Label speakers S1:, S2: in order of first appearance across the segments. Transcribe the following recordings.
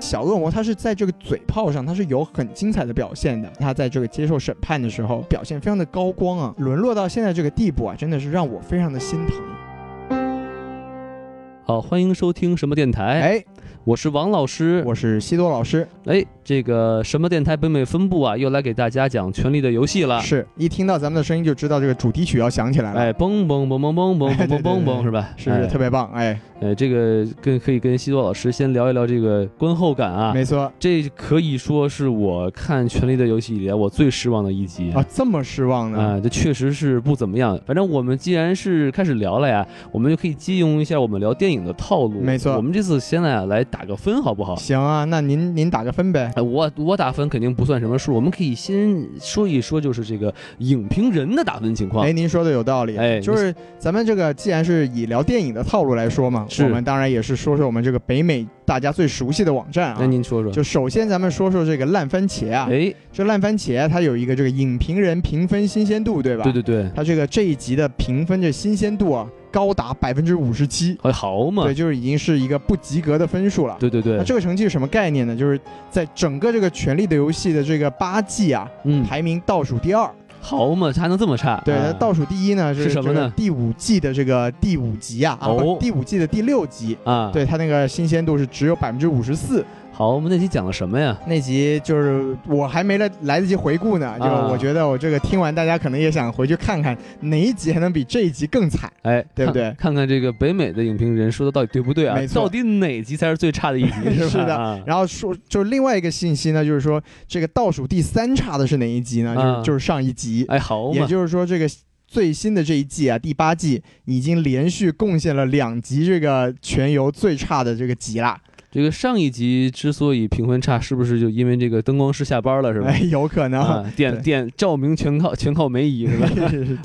S1: 小恶魔他是在这个嘴炮上，他是有很精彩的表现的。他在这个接受审判的时候，表现非常的高光啊，沦落到现在这个地步啊，真的是让我非常的心疼。
S2: 好，欢迎收听什么电台？
S1: 哎，
S2: 我是王老师。
S1: 我是西多老师，
S2: 哎，这个什么电台北美分部啊，又来给大家讲《权力的游戏》了。
S1: 是一听到咱们的声音就知道这个主题曲要响起来了，
S2: 啊哎，嘣嘣嘣嘣嘣嘣
S1: 哎 对
S2: 嘣
S1: 对
S2: 嘣
S1: 对
S2: 嘣，是吧？
S1: 是不是
S2: 哎
S1: 特别棒？哎，
S2: 呃，这个跟可以跟西多老师先聊一聊这个观后感啊。
S1: 没错
S2: 这可以说是我看《权力的游戏》里来我最失望的一集
S1: 啊，这么失望呢？
S2: 啊，这确实是不怎么样。反正我们既然是开始聊了呀，我们就可以借用一下我们聊电影的套路。
S1: 没错
S2: 我们这次先来来打个分，好不好？
S1: 行啊，那您您打个分呗。
S2: 哎，我我打分肯定不算什么数，我们可以先说一说，就是这个影评人的打分情况。
S1: 哎，您说的有道理，
S2: 哎
S1: 就是咱们这个既然是以聊电影的套路来说嘛，
S2: 是
S1: 我们当然也是说说我们这个北美大家最熟悉的网站
S2: 那
S1: 啊。
S2: 您说说，
S1: 就首先咱们说说这个烂番茄啊，
S2: 哎，
S1: 这烂番茄它有一个这个影评人评分新鲜度，对吧？
S2: 对对对，
S1: 它这个这一集的评分这新鲜度啊，高达百分之五十七，
S2: 哎，好嘛
S1: 对，，就是已经是一个不及格的分数了。
S2: 对对对
S1: 那，这个成绩是什么概念呢？就是在整个这个《权力的游戏》的这个八季啊，
S2: 嗯，
S1: 排名倒数第二。
S2: 好嘛，还能这么差？
S1: 对，
S2: 啊
S1: 它倒数第一呢
S2: 是什么呢
S1: 这个第五季的这个第五集啊，啊
S2: 哦
S1: 不，第五季的第六集。
S2: 啊，，
S1: 对它那个新鲜度是只有百分之五十四，
S2: 好，我们那期讲了什么呀？
S1: 那集就是我还没来来得及回顾呢，就
S2: 啊
S1: 我觉得我这个听完大家可能也想回去看看哪一集还能比这一集更惨，
S2: 哎，
S1: 对不
S2: 看
S1: 对？
S2: 看看这个北美的影评人说的到底对不对啊
S1: 没？错
S2: 到底哪集才是最差的一集？吧？
S1: 是的
S2: 啊
S1: 然后说就是另外一个信息呢，就是说这个倒数第三差的是哪一集呢？就是、
S2: 啊
S1: 就是上一集，
S2: 哎，好
S1: 也
S2: 嘛，
S1: 就是说这个。最新的这一季啊，第八季已经连续贡献了两集这个全游最差的这个集啦，
S2: 这个上一集之所以评分差，是不是就因为这个灯光师下班了，是吧
S1: 哎，？有可能。
S2: 啊，点
S1: 对
S2: 点照明全靠全靠梅姨，是吧？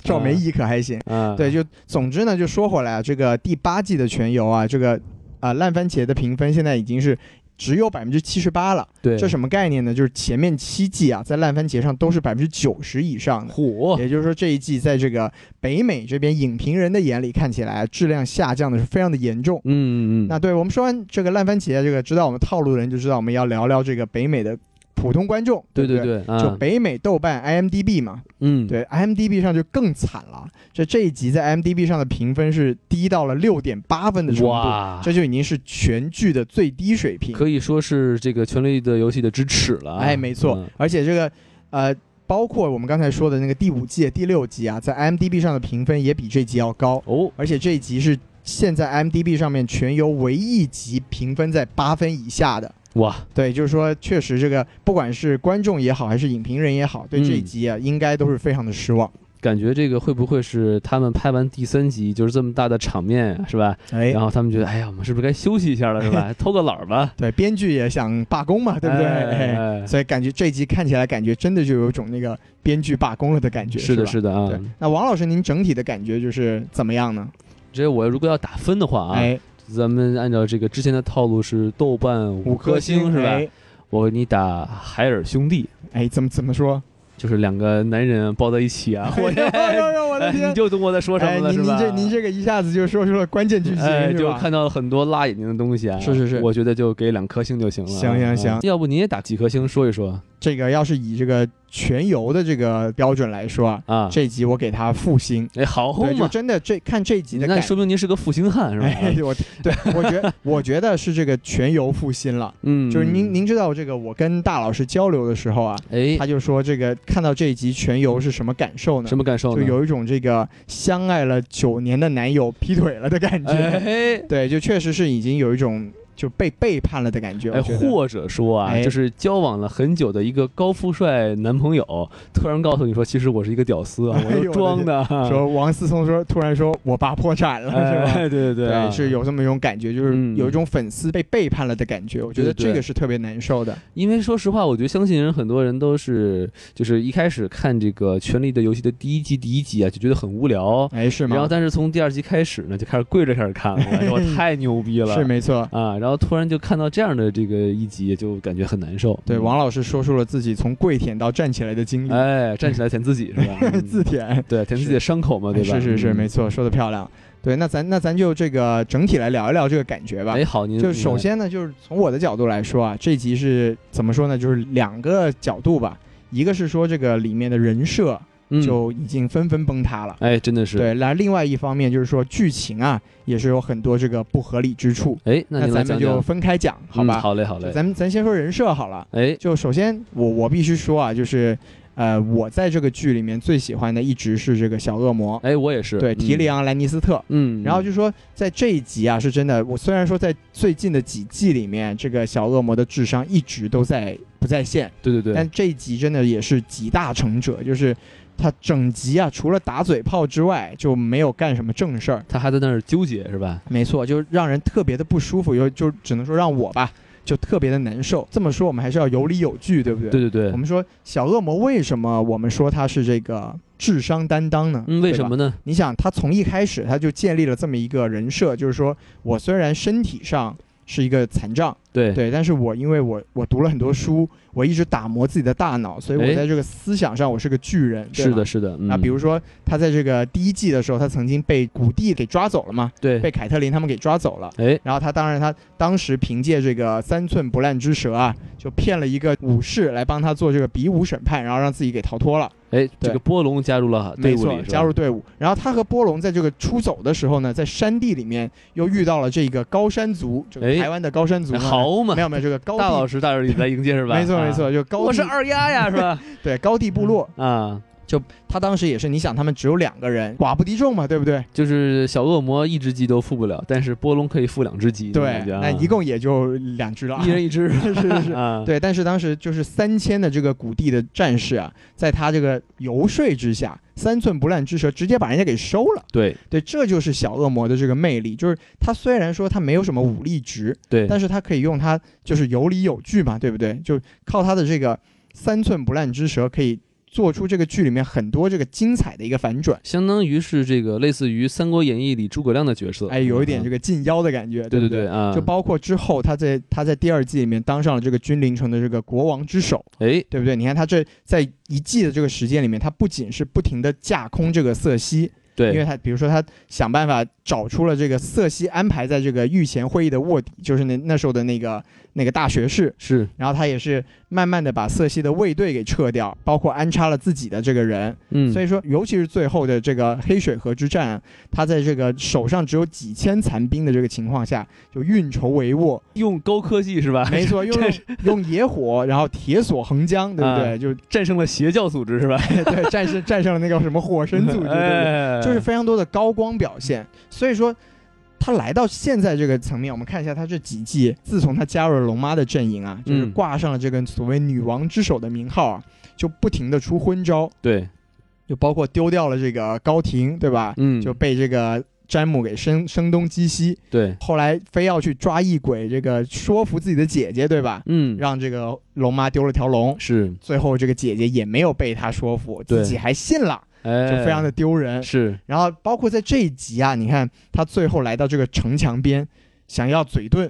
S1: 赵梅一可还行。
S2: 啊，
S1: 对，就总之呢，就说回来啊，这个第八季的全游啊，这个啊、烂番茄的评分现在已经是。只有百分之七十八了，
S2: 对，
S1: 这什么概念呢？就是前面七季啊，在烂番茄上都是百分之九十以上的，
S2: 火，
S1: 也就是说这一季在这个北美这边影评人的眼里看起来啊质量下降的是非常的严重。
S2: 嗯嗯嗯，
S1: 那对我们说完这个烂番茄，啊这个知道我们套路的人就知道我们要聊聊这个北美的普通观众，
S2: 对
S1: 不对
S2: 对，
S1: 就
S2: 啊，
S1: 北美豆瓣 IMDB 嘛，
S2: 嗯，
S1: 对，IMDB 上就更惨了。这这一集在 IMDB 上的评分是低到了六点八分的程度，
S2: 哇，
S1: 这就已经是全剧的最低水平。
S2: 可以说是这个《权力的游戏》的支持了啊。
S1: 哎，没错，
S2: 嗯
S1: 而且这个呃，包括我们刚才说的那个第五季、第六集啊，在 IMDB 上的评分也比这集要高，
S2: 哦，
S1: 而且这一集是。现在 IMDB 上面全由唯一一集评分在八分以下的，
S2: 哇，
S1: 对，就是说确实这个不管是观众也好，还是影评人也好，对这一
S2: 嗯
S1: 集啊、应该都是非常的失望。
S2: 感觉这个会不会是他们拍完第三集就是这么大的场面，是吧？
S1: 哎
S2: 然后他们觉得，哎呀，我们是不是该休息一下了，是吧？偷个懒儿吧，
S1: 对，编剧也想罢工嘛，对不对？
S2: 哎
S1: 哎
S2: 哎
S1: 所以感觉这一集看起来，感觉真的就有种那个编剧罢工了的感觉，
S2: 是的，
S1: 吧
S2: 是的啊
S1: 对。，那王老师，您整体的感觉就是怎么样呢？
S2: 这我如果要打分的话啊，
S1: 哎，
S2: 咱们按照这个之前的套路是豆瓣
S1: 五
S2: 颗星是吧？
S1: 哎
S2: 我给你打海尔兄弟，
S1: 哎，怎么怎么说？
S2: 就是两个男人抱在一起啊，
S1: 哎
S2: 我
S1: 呦呦呦我的
S2: 哎
S1: 天！
S2: 你就懂我在说什
S1: 哎，
S2: 么了，是
S1: 您您
S2: 吧？
S1: 这您这个一下子就说出了关键剧情，
S2: 哎，
S1: 是
S2: 就
S1: 吧？
S2: 看到了很多辣眼睛的东西啊。
S1: 是是是
S2: 我觉得就给两颗星就行了啊。
S1: 行行行
S2: 啊要不你也打几颗星说一说
S1: 这个要是以这个全游的这个标准来说啊，
S2: 啊？
S1: 这集我给他负星。
S2: 哎，好
S1: 对，就
S2: 嘛，
S1: 真的这看这集的
S2: 那
S1: 感
S2: 说明您是个负心汉是 吧？
S1: 哎，我对我觉得我觉得是这个全游负心了。
S2: 嗯，
S1: 就是您您知道这个，我跟大老师交流的时候啊，
S2: 哎
S1: 他就说这个看到这一集全游是什么感受呢？
S2: 嗯什么感受
S1: 就
S2: 呢？
S1: 有一种这个相爱了九年的男友劈腿了的感觉。
S2: 哎
S1: 对，就确实是已经有一种就被背叛了的感觉。
S2: 哎，
S1: 我觉得
S2: 或者说啊，
S1: 哎
S2: 就是交往了很久的一个高富帅男朋友，突然告诉你说，其实我是一个屌丝啊，
S1: 哎呦
S2: 我是装的啊。
S1: 说王思聪说突然说我爸破产了，是吧？
S2: 哎，对对对啊，
S1: 是有这么一种感觉，就是
S2: 嗯
S1: 有一种粉丝被背叛了的感觉。我觉得
S2: 对对哦
S1: 这个是特别难受的。
S2: 因为说实话，我觉得相信人很多人都是，就是一开始看这个《权力的游戏》的第一季、第一集啊，就觉得很无聊，
S1: 哎，是
S2: 然后
S1: 吗？
S2: 但是从第二集开始呢，就开始跪着开始看了，哎 呦我太牛逼了，
S1: 是没错。
S2: 啊，然后突然就看到这样的这个一集，就感觉很难受。
S1: 对，
S2: 嗯
S1: 王老师说出了自己从跪舔到站起来的经历。
S2: 哎 哎，站起来舔自己是吧？嗯
S1: 字舔，
S2: 对，舔自己的伤口嘛，对吧？
S1: 是是是，
S2: 嗯
S1: 没错，说的漂亮。对，那咱那咱就这个整体来聊一聊这个感觉吧。
S2: 哎，好，您
S1: 就首，先呢，就是从我的角度来说啊，这集是怎么说呢？就是两个角度吧，一个是说这个里面的人设
S2: 您来嗯
S1: 就已经纷纷崩塌了。
S2: 哎，真的是，
S1: 对，来，另外一方面就是说剧情啊，也是有很多这个不合理之处。
S2: 哎，那
S1: 那
S2: 您来
S1: 咱们
S2: 讲
S1: 就
S2: 讲，
S1: 分开讲，好
S2: 嗯
S1: 吧？
S2: 好嘞，好
S1: 就
S2: 嘞，
S1: 咱们咱先说人设好了。
S2: 哎，
S1: 就首先我我必须说啊，就是呃，我在这个剧里面最喜欢的一直是这个小恶魔，
S2: 哎，我也是，
S1: 对，
S2: 嗯
S1: 提里，昂·兰尼斯特。
S2: 嗯，
S1: 然后就说，在这一集啊，是真的。我虽然说在最近的几季里面，这个小恶魔的智商一直都在不在线，
S2: 对对对，
S1: 但这一集真的也是集大成者，就是他整集啊，除了打嘴炮之外，就没有干什么正事儿。
S2: 他还在那儿纠结是吧？
S1: 没错，就让人特别的不舒服，就就只能说让我吧，就特别的难受。这么说，我们还是要有理有据，对不对？
S2: 对对对
S1: 我，们说小恶魔为什么我们说他是这个智商担当呢？
S2: 嗯，为
S1: 对吧
S2: 什么呢？
S1: 你想，他从一开始他就建立了这么一个人设，就是说我虽然身体上是一个残障，
S2: 对，
S1: 对，但是我因为我我读了很多书，我一直打磨自己的大脑，所以
S2: 哎
S1: 我在这个思想上我是个巨人。对
S2: 是
S1: 吗
S2: 的，。是的，
S1: 啊，
S2: 嗯
S1: 比如说他在这个第一季的时候，他曾经被古蒂给抓走了嘛，
S2: 对，
S1: 被凯特琳他们给抓走了。
S2: 哎，
S1: 然后他当然他当时凭借这个三寸不烂之舌啊，就骗了一个武士来帮他做这个比武审判，然后让自己给逃脱了。
S2: 哎，这
S1: 对
S2: 个波龙加入了
S1: 呃
S2: 队
S1: 没
S2: 伍
S1: 错
S2: 里，，
S1: 加入队伍。然后他和波龙在这个出走的时候呢，在山地里面又遇到了这个高山族，就
S2: 哎
S1: 是台湾的高山族嘛。
S2: 豪嘛
S1: 没，有没有这个高
S2: 大老
S1: 地，
S2: 师大老师你来迎接是吧？
S1: 没错
S2: 啊
S1: 没，错，就高
S2: 我是
S1: 地
S2: 二丫呀是 吧？
S1: 对高地部落，
S2: 啊，
S1: 他当时也是，你想他们只有两个人，寡不敌众嘛，对不对？
S2: 就是小恶魔一只鸡都付不了，但是波龙可以付两只鸡，
S1: 对，
S2: 种感觉啊
S1: 那一共也就两只了，
S2: 一人一只，
S1: 是是是。
S2: 啊，
S1: 对，但是当时就是三千的这个谷地的战士啊，在他这个游说之下，三寸不烂之舌直接把人家给收了。
S2: 对
S1: 对，这就是小恶魔的这个魅力，就是他虽然说他没有什么武力值，
S2: 对，
S1: 但是他可以用他就是有理有据嘛，对不对？就靠他的这个三寸不烂之舌，可以做出这个剧里面很多这个精彩的一个反转。
S2: 相当于是这个类似于《三国演义》里诸葛亮的角色，
S1: 哎，有一点这
S2: 个，
S1: 个近妖的感觉，
S2: 对
S1: 不
S2: 嗯对啊，
S1: 就包括之后他在他在第二季里面当上了这个君临城的这个国王之首，
S2: 哎，
S1: 对不对？你看他这在一季的这个时间里面，他不仅是不停的架空这个瑟西，因为
S2: 对，
S1: 他比如说他想办法找出了这个瑟西安排在这个御前会议的卧底，就是那那时候的那个那个大学士，
S2: 是
S1: 然后他也是慢慢的把瑟西的卫队给撤掉，包括安插了自己的这个人。
S2: 嗯，
S1: 所以说，尤其是最后的这个黑水河之战，他在这个手上只有几千残兵的这个情况下，就运筹帷 幄，
S2: 用高科技是吧？
S1: 没 错，用
S2: 这
S1: 用野火，然后铁索横江，对不对？
S2: 啊
S1: 就
S2: 战胜了邪教组织是吧？
S1: 对战胜战胜了那个什么火神组织，对不对？
S2: 哎
S1: 就是非常多的高光表现。所以说，他来到现在这个层面，我们看一下他这几季，自从他加入了龙妈的阵营啊，就是
S2: 嗯
S1: 挂上了这个所谓女王之手的名号啊，就不停的出昏招，
S2: 对，
S1: 就包括丢掉了这个高庭，对吧？
S2: 嗯，
S1: 就被这个。詹姆给声声东击西，
S2: 对，
S1: 后来非要去抓异鬼，这个说服自己的姐姐，对吧？
S2: 嗯，
S1: 让这个龙妈丢了条龙，
S2: 是，
S1: 最后这个姐姐也没有被他说服，
S2: 对
S1: 自己还信了，
S2: 哎，
S1: 就非常的丢人。
S2: 是，
S1: 然后包括在这一集啊，你看他最后来到这个城墙边，想要嘴遁，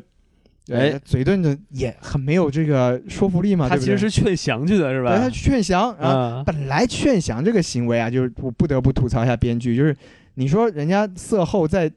S1: 对，
S2: 哎
S1: 嘴遁的也很没有这个说服力嘛，
S2: 他
S1: 对不
S2: 其实
S1: 对
S2: 是劝降去的是吧
S1: 对？他劝降，然后
S2: 啊，
S1: 本来劝降这个行为啊，就是我不得不吐槽一下编剧，就是你说人家色后在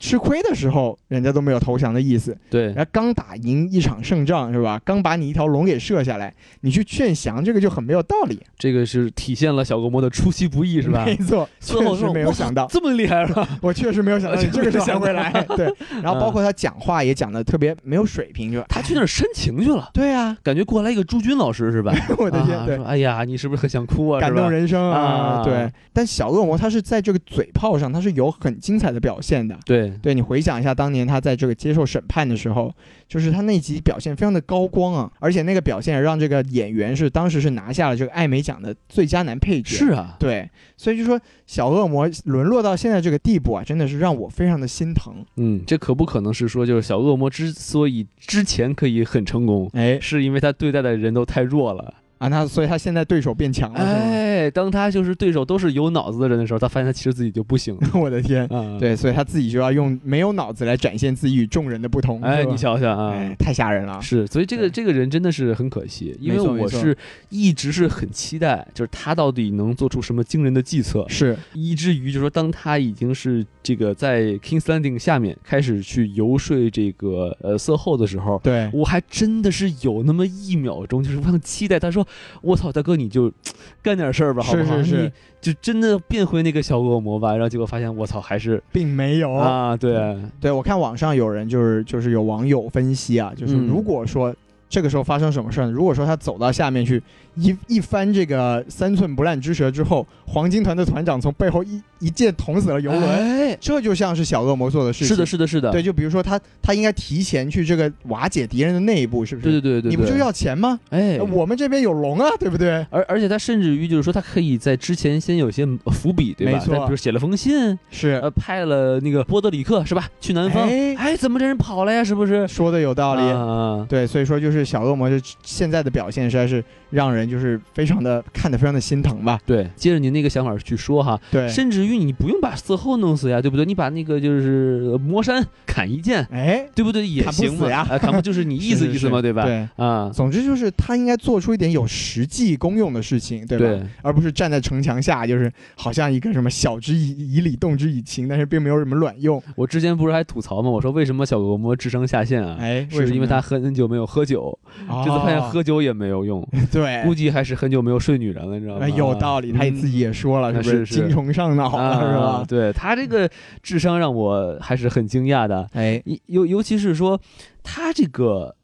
S1: 吃亏的时候，人家都没有投降的意思，
S2: 对，
S1: 然后刚打赢一场胜仗是吧？刚把你一条龙给射下来，你去劝降这个就很没有道理，
S2: 这个是体现了小恶魔的出其不意是吧
S1: 没？错，
S2: 最后
S1: 确实
S2: 说
S1: 没有
S2: 哇
S1: 想到。
S2: 这么厉害是吧？
S1: 我确实没有想到你这个时候还会来嗯
S2: 确实 没，
S1: 对。然后包括他讲话也讲的特别没有水平，就是
S2: 他去那儿煽情去了，
S1: 对啊，
S2: 感觉过来一个朱军老师是吧？
S1: 我的天，
S2: 啊
S1: 对
S2: 说，哎呀，你是不是很想哭啊？
S1: 感
S2: 是吧
S1: 动。人生
S2: 啊
S1: 啊，对。但小恶魔他是在这个嘴炮上，他是有很精彩的表现的。
S2: 对，
S1: 对你回想一下当年他在这个接受审判的时候，就是他那集表现非常的高光啊，而且那个表现让这个演员是当时是拿下了这个艾美奖的最佳男配角。
S2: 是啊，
S1: 对，所以就说小恶魔沦落到现在这个地步啊，真的是让我非常的心疼。
S2: 嗯，这可不可能是说，就是小恶魔之所以之前可以很成功，
S1: 哎
S2: 是因为他对待的人都太弱了，
S1: 啊，那所以他现在对手变强了，啊是吗？
S2: 哎，当他就是对手都是有脑子的人的时候，他发现他其实自己就不行 了。
S1: 我的天，
S2: 啊，，
S1: 对，所以他自己就要用没有脑子来展现自己与众人的不同。
S2: 哎，
S1: 是吧
S2: 你瞧瞧啊
S1: 哎，，太吓人了。
S2: 是，所以这个
S1: 对
S2: 这个人真的是很可惜，因为
S1: 没错没
S2: 我
S1: 错
S2: 是一直是很期待，就是他到底能做出什么惊人的计策，
S1: 是，
S2: 以至于就是说，当他已经是这个在 King's Landing 下面开始去游说这个呃色后的时候。
S1: 对，
S2: 我还真的是有那么一秒钟，就是我想期待他说：“我操，大哥，你就干点事儿吧，好不好？”
S1: 是是是
S2: 你就真的变回那个小恶魔吧。然后结果发现，我操，还是、
S1: 并没有。
S2: 啊，对，
S1: 对我看网上有人就是就是有网友分析啊，就是
S2: 嗯
S1: 如果说。这个时候发生什么事儿呢？如果说他走到下面去一一番这个三寸不烂之舌之后，黄金团的团长从背后一一剑捅死了游轮，
S2: 哎，
S1: 这就像是小恶魔做的事情。
S2: 是的，是的，是的，
S1: 对，就比如说他他应该提前去这个瓦解敌人的内部，是不是？
S2: 对对对对，
S1: 你不就
S2: 对
S1: 要钱吗？
S2: 哎，
S1: 我们这边有龙啊，对不对？
S2: 而而且他甚至于就是说，他可以在之前先有些伏笔，对
S1: 没
S2: 吧？
S1: 错
S2: 他比如写了封信，
S1: 是，
S2: 呃，派了那个波德里克是吧？去南方，
S1: 哎
S2: 哎，怎么这人跑了呀？是不是？
S1: 说的有道理。
S2: 啊，
S1: 对，所以说就是小恶魔就现在的表现实在是让人就是非常的看得非常的心疼吧。
S2: 对，接着您那个想法去说哈，
S1: 对，
S2: 甚至于你不用把色后弄死呀，对不对？你把那个就是呃魔山 砍一剑，
S1: 哎，
S2: 对不对？也
S1: 砍不
S2: 行嘛
S1: 死呀
S2: 啊，砍不 就是你意思
S1: 是
S2: 意思嘛，
S1: 是
S2: 对吧？
S1: 对，
S2: 啊，
S1: 总之就是他应该做出一点有实际功用的事情，对吧？
S2: 对，
S1: 而不是站在城墙下，就是好像一个什么晓之以以理，动之以情，但是并没有什么卵用。
S2: 我之前不是还吐槽吗？我说为什么小恶魔智商下线啊？
S1: 哎，
S2: 是因为他很久没有喝酒，这次发现
S1: 哦
S2: 喝酒也没有用，
S1: 对，
S2: 估计还是很久没有睡女人了，你哎知道吗？
S1: 哎，有道理，他也自己也说了，是
S2: 嗯
S1: 不
S2: 是是
S1: 精虫上脑了，是
S2: 啊
S1: 吧？
S2: 对他这个智商让我还是很惊讶的，
S1: 哎，
S2: 尤尤尤其是说他这个，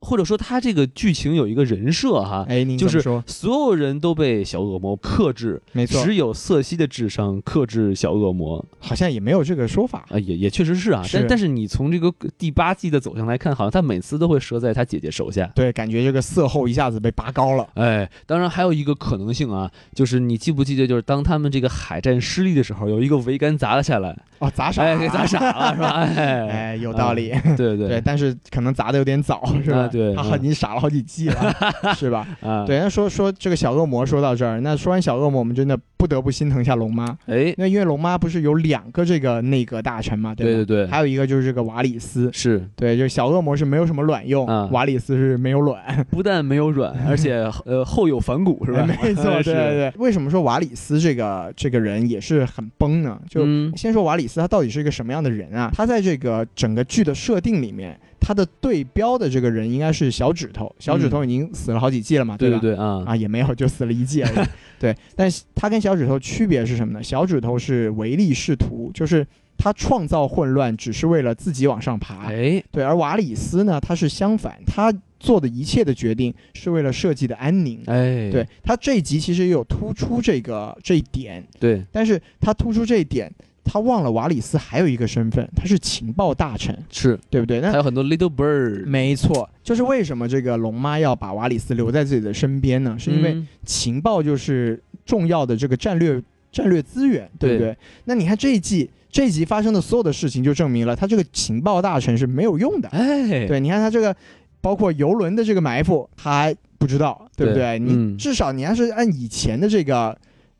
S2: 或者说他这个剧情有一个人设哈，
S1: 哎，您
S2: 就是
S1: 怎么说，
S2: 所有人都被小恶魔克制，
S1: 没错，
S2: 只有瑟西的智商克制小恶魔
S1: 好像也没有这个说法。
S2: 啊、也也确实是啊，
S1: 是
S2: 但但是你从这个第八季的走向来看，好像他每次都会折在他姐姐手下。
S1: 对，感觉这个色后一下子被拔高了。
S2: 哎，当然还有一个可能性啊，就是你记不记得，就是当他们这个海战失利的时候，有一个桅杆砸了下来，
S1: 哦，砸傻，
S2: 哎，给砸。傻 了是吧？哎，
S1: 哎，有道理。
S2: 对 对
S1: 对，但是可能砸的有点早，是吧？
S2: 啊对
S1: 他已经傻了好几季 了，是吧？
S2: 啊，，
S1: 对，那说说这个小恶魔，说到这儿，那说完小恶魔，我们真的不得不心疼一下龙妈。
S2: 哎，
S1: 那因为龙妈不是有两个这个内阁大臣嘛，
S2: 对对
S1: 吧？
S2: 对，
S1: 还有一个就是这个瓦里斯，
S2: 是
S1: 对，就是小恶魔是没有什么卵用，
S2: 啊
S1: 瓦里斯是没有卵，
S2: 不但没 有软，而且呃后有反骨是吧？
S1: 哎没错，对
S2: 是
S1: 对对。为什么说瓦里斯这个这个人也是很崩呢？就、
S2: 嗯
S1: 先说瓦里斯他到底是一个什么样的人啊？他在这个整个剧的设定里面，他的对标的这个人应该是小指头，小指头已经死了好几季了嘛，
S2: 嗯对
S1: 吧？
S2: 对啊，
S1: 啊，也没有，就死了一季 而已。对，但是他跟小指头区别是什么呢？小指头是唯利是图，就是他创造混乱只是为了自己往上爬。
S2: 哎，
S1: 对，而瓦里斯呢，他是相反，他做的一切的决定是为了社稷的安宁。
S2: 哎，
S1: 对他这一集其实也有突出这个这一点，
S2: 对，
S1: 但是他突出这一点，他忘了瓦里斯还有一个身份，他是情报大臣，
S2: 是，
S1: 对不对？
S2: 还
S1: 那
S2: 有很多 little bird，
S1: 嗯没错，就是为什么这个龙妈要把瓦里斯留在自己的身边呢？是因为
S2: 嗯
S1: 情报就是重要的这个战略战略资源，对不
S2: 对
S1: 对？那你看这一季这一集发生的所有的事情，就证明了他这个情报大臣是没有用的。
S2: 哎，
S1: 对，你看他这个，包括游轮的这个埋伏，他还不知道，对不对？
S2: 对嗯
S1: 你至少你要是按以前的这个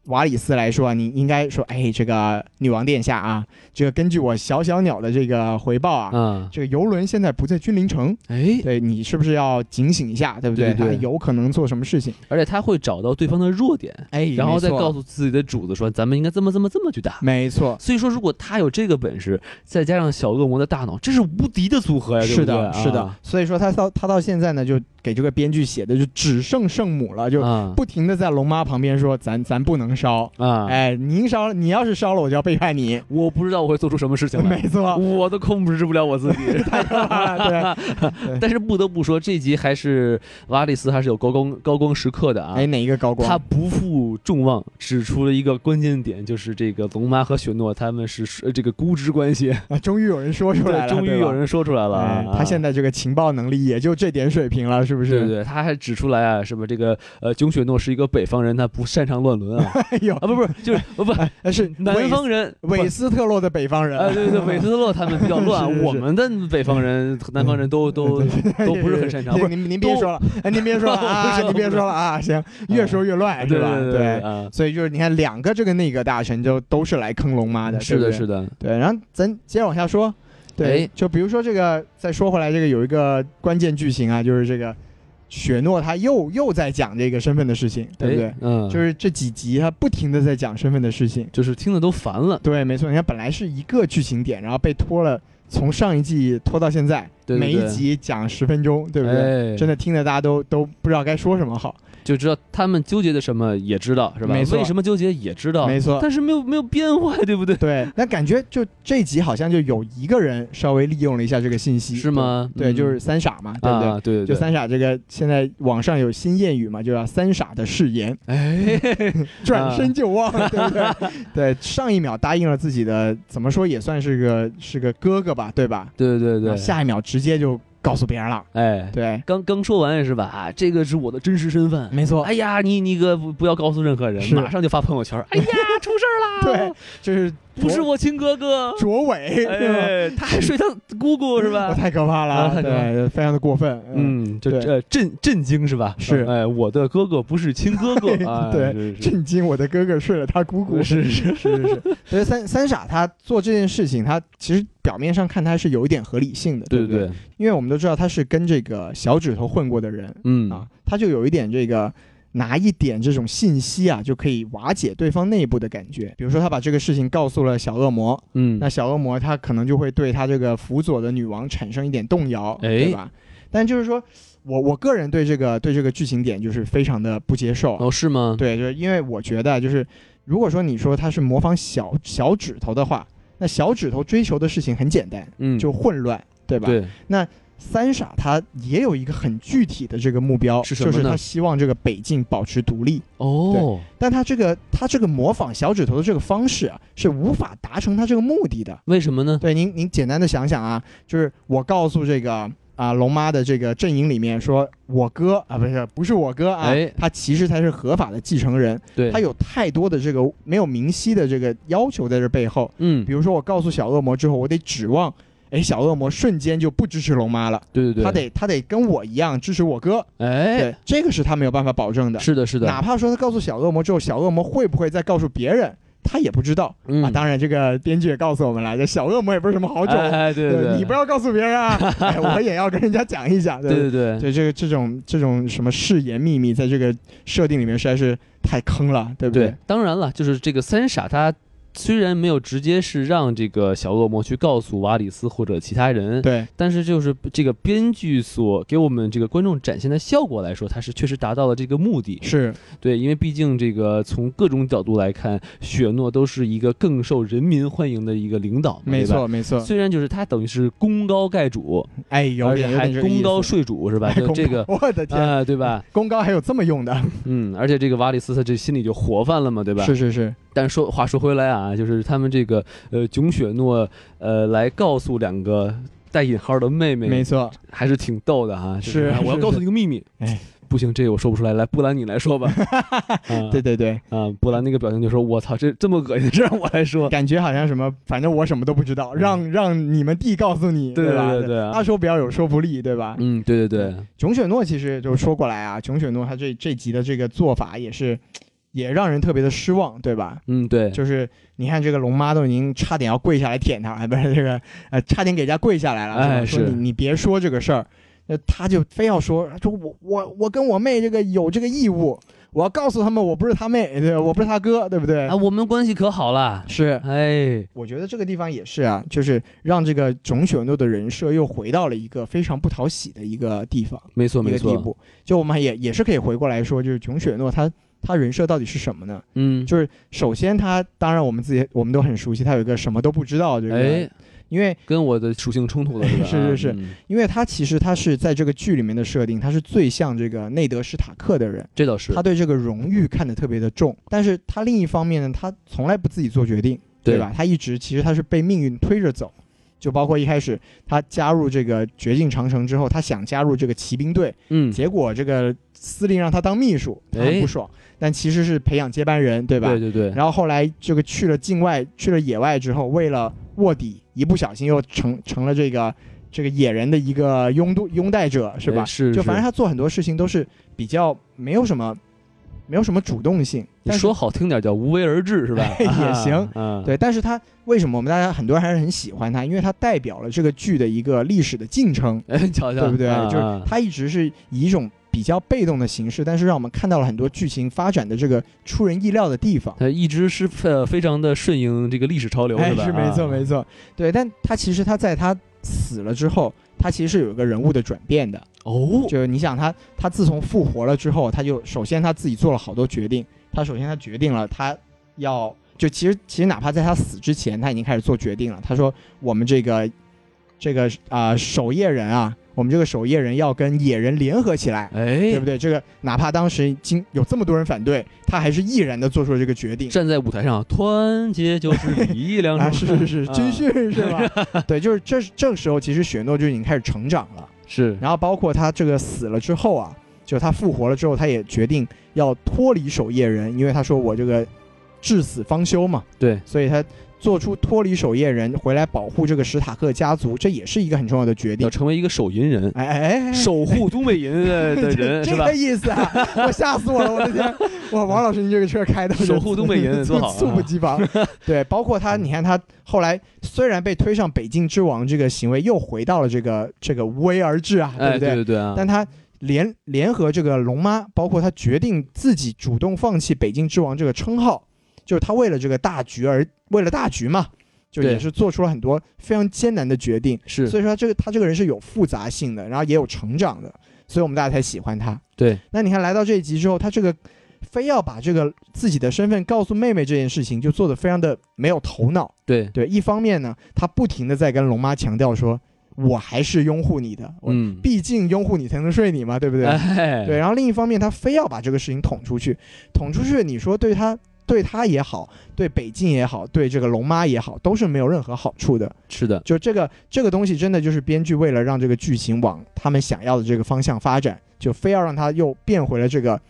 S1: 瓦里斯来说啊，你应该说，哎，这个女王殿下啊，这个根据我小小鸟的这个回报啊。
S2: 啊，
S1: 这个游轮现在不在君临城，
S2: 哎，
S1: 对你是不是要警醒一下，对不
S2: 对对
S1: 他有可能做什么事情，
S2: 而且他会找到对方的弱点，
S1: 哎，
S2: 然后再
S1: 没错嗯
S2: 告诉自己的主子说，咱们应该这么这么这么去打。
S1: 没错，
S2: 所以说，如果他有这个本事，再加上小恶魔的大脑，这是无敌的组合呀，对
S1: 是
S2: 不对
S1: 的，是的。
S2: 啊
S1: 所以说他到他到现在呢，就给这个编剧写的就只剩圣母了，就
S2: 啊
S1: 不停的在龙妈旁边说，咱咱不能烧，
S2: 啊，
S1: 哎，您烧了，你要是烧了，我就要背叛 你。
S2: 我不知道我会做出什么事情来
S1: 没，错，
S2: 我都控制不了我自己。
S1: 太可怕
S2: 啊
S1: 了。对，
S2: 但是不得不说，这集还是瓦里斯还是有高光高光时刻的啊。
S1: 哎，哪一个高
S2: 他
S1: 光？
S2: 不负众望，指出了一个关键点，就是这个龙妈和雪诺他们是呃这个估值关系。
S1: 啊，终于有人说 出来了，
S2: 终于
S1: 对吧
S2: 有人说出来了
S1: 哎
S2: 啊。
S1: 他现
S2: 在
S1: 在这个情报能力也就这点水平了，是不
S2: 对对
S1: 是？
S2: 对，他还指出来啊，什么这个呃，囧雪诺是一个北方人，他不擅长乱伦啊，
S1: 有
S2: 啊，不不，就是不不，
S1: 呃是
S2: 南
S1: 韦
S2: 方人
S1: 韦斯特洛的北方人，
S2: 啊，对对，韦斯洛他们比较
S1: 是是
S2: 乱，
S1: 是
S2: 我们的北方人、南方人都都都不是很擅长。
S1: 对
S2: 不是
S1: 您您别说了，哎，您别说了
S2: 不
S1: 啊，
S2: 是
S1: 您别说了啊，行，越说越乱是
S2: 对
S1: 吧？
S2: 对对啊，
S1: 所以就是你看两个这个那个大神就都是来坑龙妈的，
S2: 嗯是的，
S1: 对不对
S2: 是的，
S1: 对。然后咱接着往下说，对，
S2: 哎
S1: 就比如说这个，再说回来，这个有一个关键剧情啊，就是这个雪诺他又又在讲这个身份的事情，对不对？
S2: 哎嗯，
S1: 就是这几集他不停的在讲身份的事情，
S2: 就是听的都烦了。
S1: 对，没错。你看本来是一个剧情点，然后被拖了，从上一季拖到现在，
S2: 对对
S1: 每一
S2: 对
S1: 集讲十分钟，对不对？
S2: 哎、
S1: 真的听得大家都都不知道该说什么好，
S2: 就知道他们纠结的什么，也知道是吧？
S1: 没错
S2: 为什么纠结也知道，
S1: 没错。
S2: 但是没有没有变坏，对 不对？
S1: 对，但感觉就这集好像就有一个人稍微利用了一下这个信息，
S2: 是吗？
S1: 对？对，
S2: 嗯
S1: 就是三傻嘛，对不对？
S2: 啊，对对
S1: 就
S2: 对，
S1: 三傻这个，现在网上有新谚语嘛，就叫“三傻的誓言，
S2: 哎， 啊
S1: 转身就忘”，对不对？ 对，上一秒答应了自己的，怎么说也算是个是个哥哥吧，对吧？
S2: 对对
S1: 然
S2: 对
S1: 后，下一秒直接就告诉别人了，
S2: 哎，
S1: 对，
S2: 刚刚说完也是吧？啊，这个是我的真实身份。
S1: 没错，
S2: 哎呀，你你个不不要告诉任何人，
S1: 嗯是
S2: 马上就发朋友 圈。哎呀，出事儿
S1: 对
S2: 啦！，
S1: 就是
S2: 不是我亲哥哥，
S1: 卓伟，对 吧？
S2: 哎，他还睡他姑姑是
S1: 我
S2: 吧？
S1: 太可怕
S2: 啊
S1: 了，
S2: 太可怕
S1: 对，非常的过分， 嗯。
S2: 嗯，就
S1: 对
S2: 这震震惊是吧？
S1: 是
S2: 哎，我的哥哥不是亲哥 哥啊，
S1: 对
S2: 是，是
S1: 震惊！我的哥哥睡了他姑姑，
S2: 是是
S1: 是是 是，所以三三傻他做这件事情，他其实表面上看他是有一点合理性的，
S2: 对
S1: 不
S2: 对对，
S1: 因为我们都知道他是跟这个小指头混过的人、
S2: 嗯
S1: 啊，他就有一点这个。拿一点这种信息啊，就可以瓦解对方内部的感觉。比如说，他把这个事情告诉了小恶魔，
S2: 嗯，
S1: 那小恶魔他可能就会对他这个辅佐的女王产生一点动摇，
S2: 哎
S1: 对吧？但就是说我我个人对这个对这个剧情点就是非常的不接受啊，
S2: 哦是吗？
S1: 对，就是因为我觉得，就是如果说你说他是模仿小小指头的话，那小指头追求的事情很简单，
S2: 嗯，
S1: 就混乱，对吧？
S2: 对，
S1: 三傻他也有一个很具体的这个目标，
S2: 是什
S1: 就
S2: 么
S1: 是
S2: 呢
S1: 他希望这个北境保持独立。
S2: 哦，
S1: 但他这个他这个模仿小指头的这个方式啊，是无法达成他这个目的 的。
S2: 为什么呢？
S1: 对，您您简单的想想啊，就是我告诉这个啊、龙妈的这个阵营里面说，我哥啊不是不是我哥啊，
S2: 哎
S1: 他其实才是合法的继承人，
S2: 对，
S1: 他有太多的这个没有明晰的这个要求在这背后。
S2: 嗯
S1: 比，如说，我告诉小恶魔之后，我得指望，哎，小恶魔瞬间就不支持龙妈了，
S2: 对对对，
S1: 他得他得跟我一样支持我哥，
S2: 哎，
S1: 对，这个是他没有办法保证的。
S2: 是的，是
S1: 哪
S2: 的，
S1: 怕说他告诉小恶魔之后，小恶魔会不会再告诉别人，他也不知道
S2: 嗯
S1: 啊。当然，这个编剧也告诉我们了，这小恶魔也不是什么好种，
S2: 哎哎，对对，
S1: 你不要告诉别人 啊，哎我也要跟人家讲一讲，对
S2: 对
S1: 不对
S2: 对对，
S1: 对这个这种这种什么誓言秘密，在这个设定里面实在是太坑了，对不
S2: 对，当然了，就是这个三傻他。虽然没有直接是让这个小恶魔去告诉瓦里斯或者其他人，
S1: 对
S2: 但是就是这个编剧所给我们这个观众展现的效果来说，它是确实达到了这个目的。
S1: 是，
S2: 对，因为毕竟这个从各种角度来看，雪诺都是一个更受人民欢迎的一个领导嘛，
S1: 没
S2: 对吧
S1: 错，没错。
S2: 虽然就是他等于是功高盖主，
S1: 哎，有
S2: 而
S1: 点
S2: 且
S1: 有
S2: 还
S1: 点这个
S2: 功
S1: 意
S2: 高
S1: 思哎
S2: 税主 是吧？就
S1: 功
S2: 这
S1: 高
S2: 个
S1: 我的天，
S2: 啊、对吧？
S1: 功高还有这么用的，
S2: 嗯，而且这个瓦里斯他这心里就活泛了嘛，对吧？
S1: 是是是，
S2: 但说话说回来啊，就是他们这个呃囧雪诺呃来告诉两个带引号的妹妹，
S1: 没错。
S2: 还是挺逗的哈、就是啊
S1: 是
S2: 我要告诉你个秘密。
S1: 哎，
S2: 不行，这个我说不出来，来布兰你来 说吧。啊
S1: 对对对，
S2: 啊，布兰那个表情就说：“我操，这这么恶心，这让我 来 说。
S1: 感觉好像什么，反正我什么都不知道，让让你们弟告诉你，
S2: 嗯对
S1: 吧？
S2: 对对对啊
S1: 他说不要有说服力，对”吧？
S2: 嗯，对对对，
S1: 囧雪诺其实就说过来啊，囧雪诺他这这集的这个做法也是，也让人特别的失望，对吧？
S2: 嗯对，
S1: 就是你看这个龙妈都已经差点要跪下来舔他，哎，不是这个呃，差点给人家跪下来了，
S2: 哎
S1: 是吧说
S2: 是
S1: 你你别说这个事儿，那他就非要说说我我我跟我妹这个有这个义务，我要告诉他们我不是他妹，对吧，我不是他哥，对不对？
S2: 啊，我们关系可好了。
S1: 是，
S2: 哎，
S1: 我觉得这个地方也是啊，就是让这个种雪诺的人设又回到了一个非常不讨喜的一个地方。
S2: 没错
S1: 一
S2: 没
S1: 个地
S2: 错，
S1: 步。就我们也也是可以回过来说，就是囧雪诺他他人设到底是什么呢？
S2: 嗯，
S1: 就是首先他当然我们自己我们都很熟悉，他有一个什么都不知道这个，
S2: 哎，
S1: 因为
S2: 跟我的属性冲突了，吧？
S1: 是是是
S2: 嗯
S1: 因为他其实他是在这个剧里面的设定，他是最像这个内德史塔克的人。
S2: 这倒是
S1: 他，对这个荣誉看得特别的重，但是他另一方面呢，他从来不自己做决定，对吧？？他一直其实他是被命运推着走，就包括一开始他加入这个绝境长城之后，他想加入这个骑兵队，
S2: 嗯，
S1: 结果这个司令让他当秘书，他很
S2: 哎
S1: 不爽，但其实是培养接班人，对吧？
S2: 对对对，
S1: 然后后来这个去了境外，去了野外之后，为了卧底，一不小心又成成了这个这个野人的一个拥渡拥戴者，是吧
S2: 哎？是，
S1: 就反正
S2: 是
S1: 他做很多事情都是比较没有什么没有什么主动性，
S2: 你
S1: 但是
S2: 说好听点叫无为而治是吧？
S1: 也行
S2: 啊，
S1: 对，但是他为什么我们大家很多人还是很喜欢他？因为他代表了这个剧的一个历史的进程，
S2: 哎，瞧瞧，
S1: 对不对？
S2: 啊
S1: 就是嗯
S2: 啊
S1: 他一直是以一种比较被动的形式，但是让我们看到了很多剧情发展的这个出人意料的地方。
S2: 他一直是呃非常的顺应这个历史潮流，
S1: 哎，
S2: 吧？啊
S1: 是没错没
S2: 错，
S1: 错，对。但他其实他在他死了之后，他其实是有一个人物的转变的。
S2: 哦，
S1: 就是你想他，他自从复活了之后，他就首先他自己做了好多决定。他首先他决定了他要就其实其实哪怕在他死之前，他已经开始做决定了。他说我们这个这个啊、守夜人啊，我们这个守夜人要跟野人联合起来。对
S2: 哎
S1: 不，对？这个哪怕当时经有这么多人反对，他还是毅然的做出了这个决定。
S2: 站在舞台上，团结就是礼，两
S1: 啊，
S2: 种
S1: 是是是，
S2: 啊
S1: 军训是吧？对，就是这这个时候，其实雪诺就已经开始成长了。
S2: 是
S1: 然后包括他这个死了之后啊，就是他复活了之后，他也决定要脱离守夜人，因为他说我这个至死方休嘛，
S2: 对，
S1: 所以他做出脱离守夜人回来保护这个史塔克家族，这也是一个很重要的决定
S2: 要。成为一个手淫人，
S1: 哎哎哎哎，
S2: 守护都美银的的 人
S1: 这
S2: 是吧
S1: 个？意思啊！我吓死我了，我的天！哇，王老师，你这个车开的
S2: 守护东北人多好啊
S1: 猝不及防。 对，包括他，你看他后来虽然被推上北境之王这个行为，又回到了这个这个无为而治啊，对
S2: 哎，
S1: 不对？
S2: 对对对啊，
S1: 但他联联合这个龙妈，包括他决定自己主动放弃北京之王这个称号，就是他为了这个大局而为了大局嘛，就
S2: 对
S1: 也是做出了很多非常艰难的决定。
S2: 是
S1: 所以说他这个他这个人是有复杂性的，然后也有成长的，所以我们大家才喜欢他。
S2: 对，
S1: 那你看来到这一集之后，他这个非要把这个自己的身份告诉妹妹这件事情，就做得非常的没有头脑。
S2: 对，
S1: 对，一方面呢，他不停的在跟龙妈强调说，我还是拥护你的，我
S2: 嗯，
S1: 毕竟拥护你才能睡你嘛，对不对？
S2: 哎，
S1: 对。然后另一方面，他非要把这个事情捅出去，捅出去，你说对他对他也好，对北境也好，对这个龙妈也好，都是没有任何好处的。
S2: 是的，
S1: 就这个这个东西，真的就是编剧为了让这个剧情往他们想要的这个方向发展，就非要让他又变回了这个，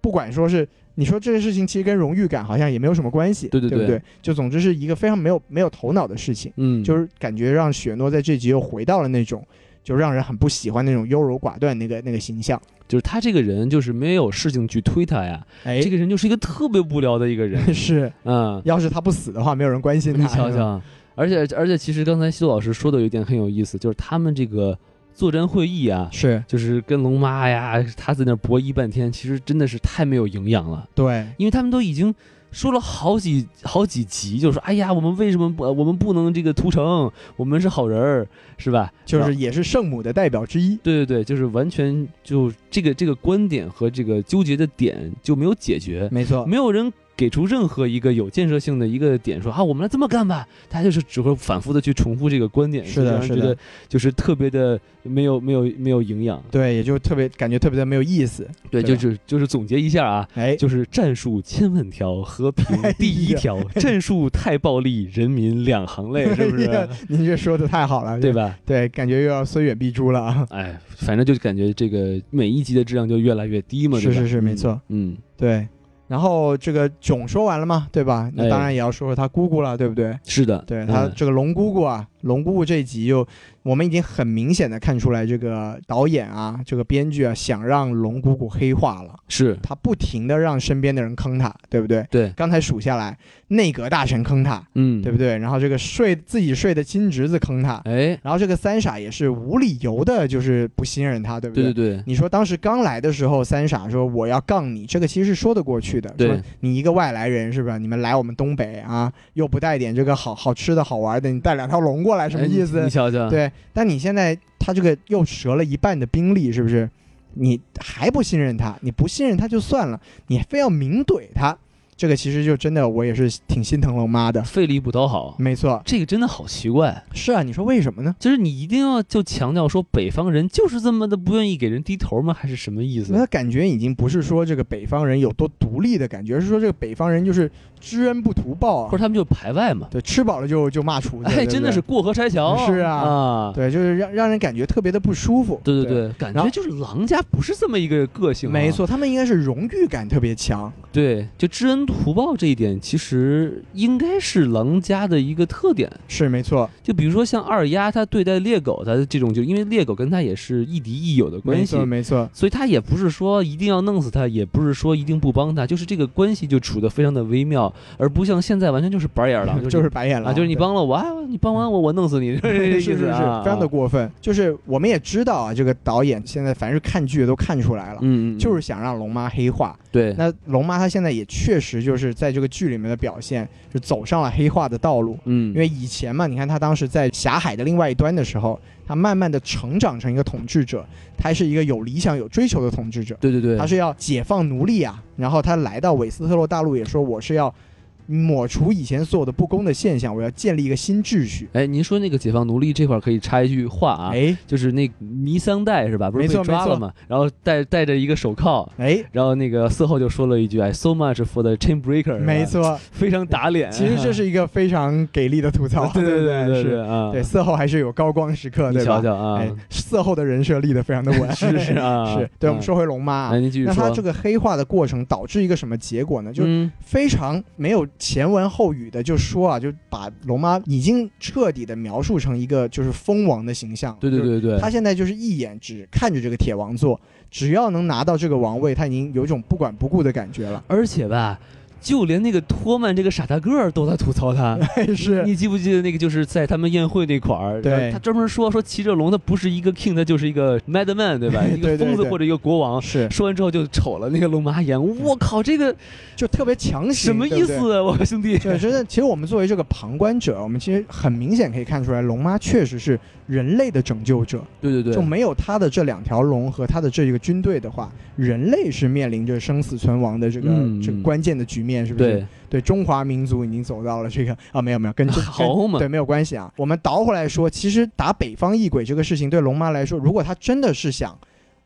S1: 不管说是。你说这个事情其实跟荣誉感好像也没有什么关系，
S2: 对对
S1: 对不
S2: 对
S1: 对？就总之是一个非常没有没有头脑的事情。
S2: 嗯，
S1: 就是是感觉让雪诺在这集又回到了那种就让人很不喜欢那种优柔寡断那个那个形象。
S2: 就是他这个人就是没有事情去推他呀，
S1: 哎
S2: 这个人就是一个特别无聊的一个人，
S1: 是，
S2: 嗯，
S1: 要是他不死的话，没有人关心
S2: 你
S1: 他。
S2: 瞧
S1: 是吧，
S2: 瞧，而且而且，其实刚才西渡老师说的有一点很有意思，就是他们这个作战会议啊，
S1: 是
S2: 就是跟龙妈呀，他在那儿博弈半天，其实真的是太没有营养了，
S1: 对，
S2: 因为他们都已经。说了好几好几集，就说哎呀，我们为什么不我们不能这个屠城？我们是好人儿，是吧？
S1: 就是也是圣母的代表之一。
S2: 对对对，就是完全就这个这个观点和这个纠结的点就没有解决，
S1: 没错，
S2: 没有人给出任何一个有建设性的一个点说，啊，我们来这么干吧。大家就是只会反复的去重复这个观点，
S1: 是的
S2: 就让人
S1: 是
S2: 觉
S1: 的
S2: 得就是特别的没有没有没有营养。
S1: 对，也就特别感觉特别的没有意思。
S2: 对，
S1: 对
S2: 就
S1: 吧
S2: 是就是总结一下啊。
S1: 哎，
S2: 就是战术千万条，和平第 一条。战术太暴力，人民两行泪，是不
S1: 哎呀
S2: 是？
S1: 您这说的太好了，
S2: 对？吧？
S1: 对，感觉又要虽远必诛了啊。
S2: 哎，反正就感觉这个每一集的质量就越来越低嘛。
S1: 是
S2: 对吧
S1: 是是没错。
S2: 嗯，嗯
S1: 对。然后这个囧说完了嘛，对吧？那
S2: 哎
S1: 当然也要说说他姑姑了，对不对？
S2: 是的。
S1: 对他
S2: 嗯
S1: 这个龙姑姑啊，龙姑姑这一集又，我们已经很明显的看出来，这个导演啊，这个编剧啊，想让龙姑姑黑化了，
S2: 是
S1: 他不停的让身边的人坑他，对不对？
S2: 对，
S1: 刚才数下来，内阁大臣坑他，
S2: 嗯，
S1: 对不对？然后这个睡自己睡的亲侄子坑他，
S2: 哎，
S1: 然后这个三傻也是无理由的，就是不信任他，对不
S2: 对对对，
S1: 你说当时刚来的时候，三傻说我要杠你，这个其实是说得过去的。
S2: 对
S1: 说你一个外来人是吧？你们来我们东北啊，又不带点这个好好吃的好玩的，你带两条龙过来什么
S2: 哎你
S1: 意思？
S2: 你瞧瞧，
S1: 对，但你现在他这个又折了一半的兵力，是不是？你还不信任他？你不信任他就算了，你非要明怼他，这个其实就真的我也是挺心疼龙妈的。
S2: 费力不讨好，
S1: 没错，
S2: 这个真的好奇怪。
S1: 是啊，你说为什么呢？
S2: 就是你一定要就强调说北方人就是这么的不愿意给人低头吗？还是什么意
S1: 那
S2: 思？
S1: 他感觉已经不是说这个北方人有多独立的感觉，而是说这个北方人就是知恩不图报
S2: 或
S1: 啊
S2: 者，他们就排外嘛？
S1: 对，吃饱了就就骂厨子，对
S2: 哎，
S1: 不
S2: 真的是
S1: 对
S2: 过河拆桥。
S1: 是啊
S2: 啊，
S1: 对，就是让让人感觉特别的不舒服。
S2: 对
S1: 对
S2: 对对，感
S1: 然
S2: 觉
S1: 后
S2: 就是狼家不是这么一个个性、啊。
S1: 没，错，他们应该是荣誉感特别强。
S2: 对，就知恩图报这一点，其实应该是狼家的一个特点。
S1: 是没错，
S2: 就比如说像二丫，她对待猎狗，她的这种就因为猎狗跟她也是亦敌亦友的
S1: 没
S2: 关系
S1: 错，，没错，
S2: 所以她也不是说一定要弄死它，也不是说一定不帮它，就是这个关系就处得非常的微妙，而不像现在完全就是白眼 狼，
S1: 就是是白眼
S2: 你
S1: 狼
S2: 啊，就是你
S1: 对
S2: 帮了我，啊，你帮完我，我弄死你， 就是这个
S1: 是
S2: 意
S1: 是是，
S2: 思啊，
S1: 非常的过分。就是我们也知道啊，这个导演现在凡是看剧都看出来了，
S2: 嗯，嗯，嗯
S1: 就是想让龙妈黑化。
S2: 对，
S1: 那龙妈她现在也确实就是在这个剧里面的表现，就走上了黑化的道路。
S2: 嗯，
S1: 因为以前嘛，你看她当时在狭海的另外一端的时候，她慢慢的成长成一个统治者，她是一个有理想、有追求的统治者。
S2: 对对对，
S1: 他是要解放奴隶啊，然后他来到韦斯特洛大陆，也说我是要抹除以前所有的不公的现象，我要建立一个新秩序。
S2: 哎，您说那个解放奴隶这块儿可以插一句话啊，
S1: 哎
S2: 就是那尼桑代是吧？不是
S1: 没错
S2: 被抓
S1: 没错
S2: 了嘛，然后戴戴着一个手铐，
S1: 哎，
S2: 然后那个色后就说了一句：“哎，so much for the chain breaker。”
S1: 没， 错，
S2: 非常打脸。，
S1: 其实这是一个非常给力的吐槽
S2: 对
S1: 对
S2: 对对对
S1: 是，
S2: 啊，
S1: 对色后还是有高光时刻，
S2: 你
S1: 对吧？
S2: 瞧瞧啊
S1: 哎，，色后的人设立得非常的稳，
S2: 是是啊，
S1: 是。对，我
S2: 啊
S1: 们说回龙妈啊
S2: 哎，，您继续
S1: 那
S2: 说
S1: 他，这个黑化的过程导致一个什么结果呢？就是
S2: 嗯
S1: 非常没有前文后语的就说啊，就把龙妈已经彻底的描述成一个就是蜂王的形象。
S2: 对对
S1: 就是
S2: 对对，
S1: 她现在就是一眼只看着这个铁王座，只要能拿到这个王位，她已经有一种不管不顾的感觉 了。
S2: 而且吧，就连那个托曼这个傻大个儿都在吐槽他。
S1: 但 是
S2: 你记不记得那个就是在他们宴会那块儿，
S1: 对
S2: 然后他专门说说骑着龙，他不是一个 king，他就是一个 madman，对吧？
S1: 哎对
S2: 一个疯子
S1: 对对
S2: 或者一个国王。
S1: 是
S2: 说完之后就瞅了那个龙妈一眼，我靠，这个
S1: 就特别强行，
S2: 什么意思
S1: 对
S2: 啊？
S1: 不 对？
S2: 我兄弟，
S1: 对，真的，其实我们作为这个旁观者，我们其实很明显可以看出来，龙妈确实是人类的拯救者。
S2: 对对对，
S1: 就没有她的这两条龙和她的这一个军队的话，人类是面临着生死存亡的这个、
S2: 嗯
S1: 这个关键的局面，是不是？
S2: 对，
S1: 对中华民族已经走到了这个啊，没有没有，跟 这
S2: 好嘛
S1: 跟对没有关系啊。我们倒回来说，其实打北方异鬼这个事情，对龙妈来说，如果她真的是想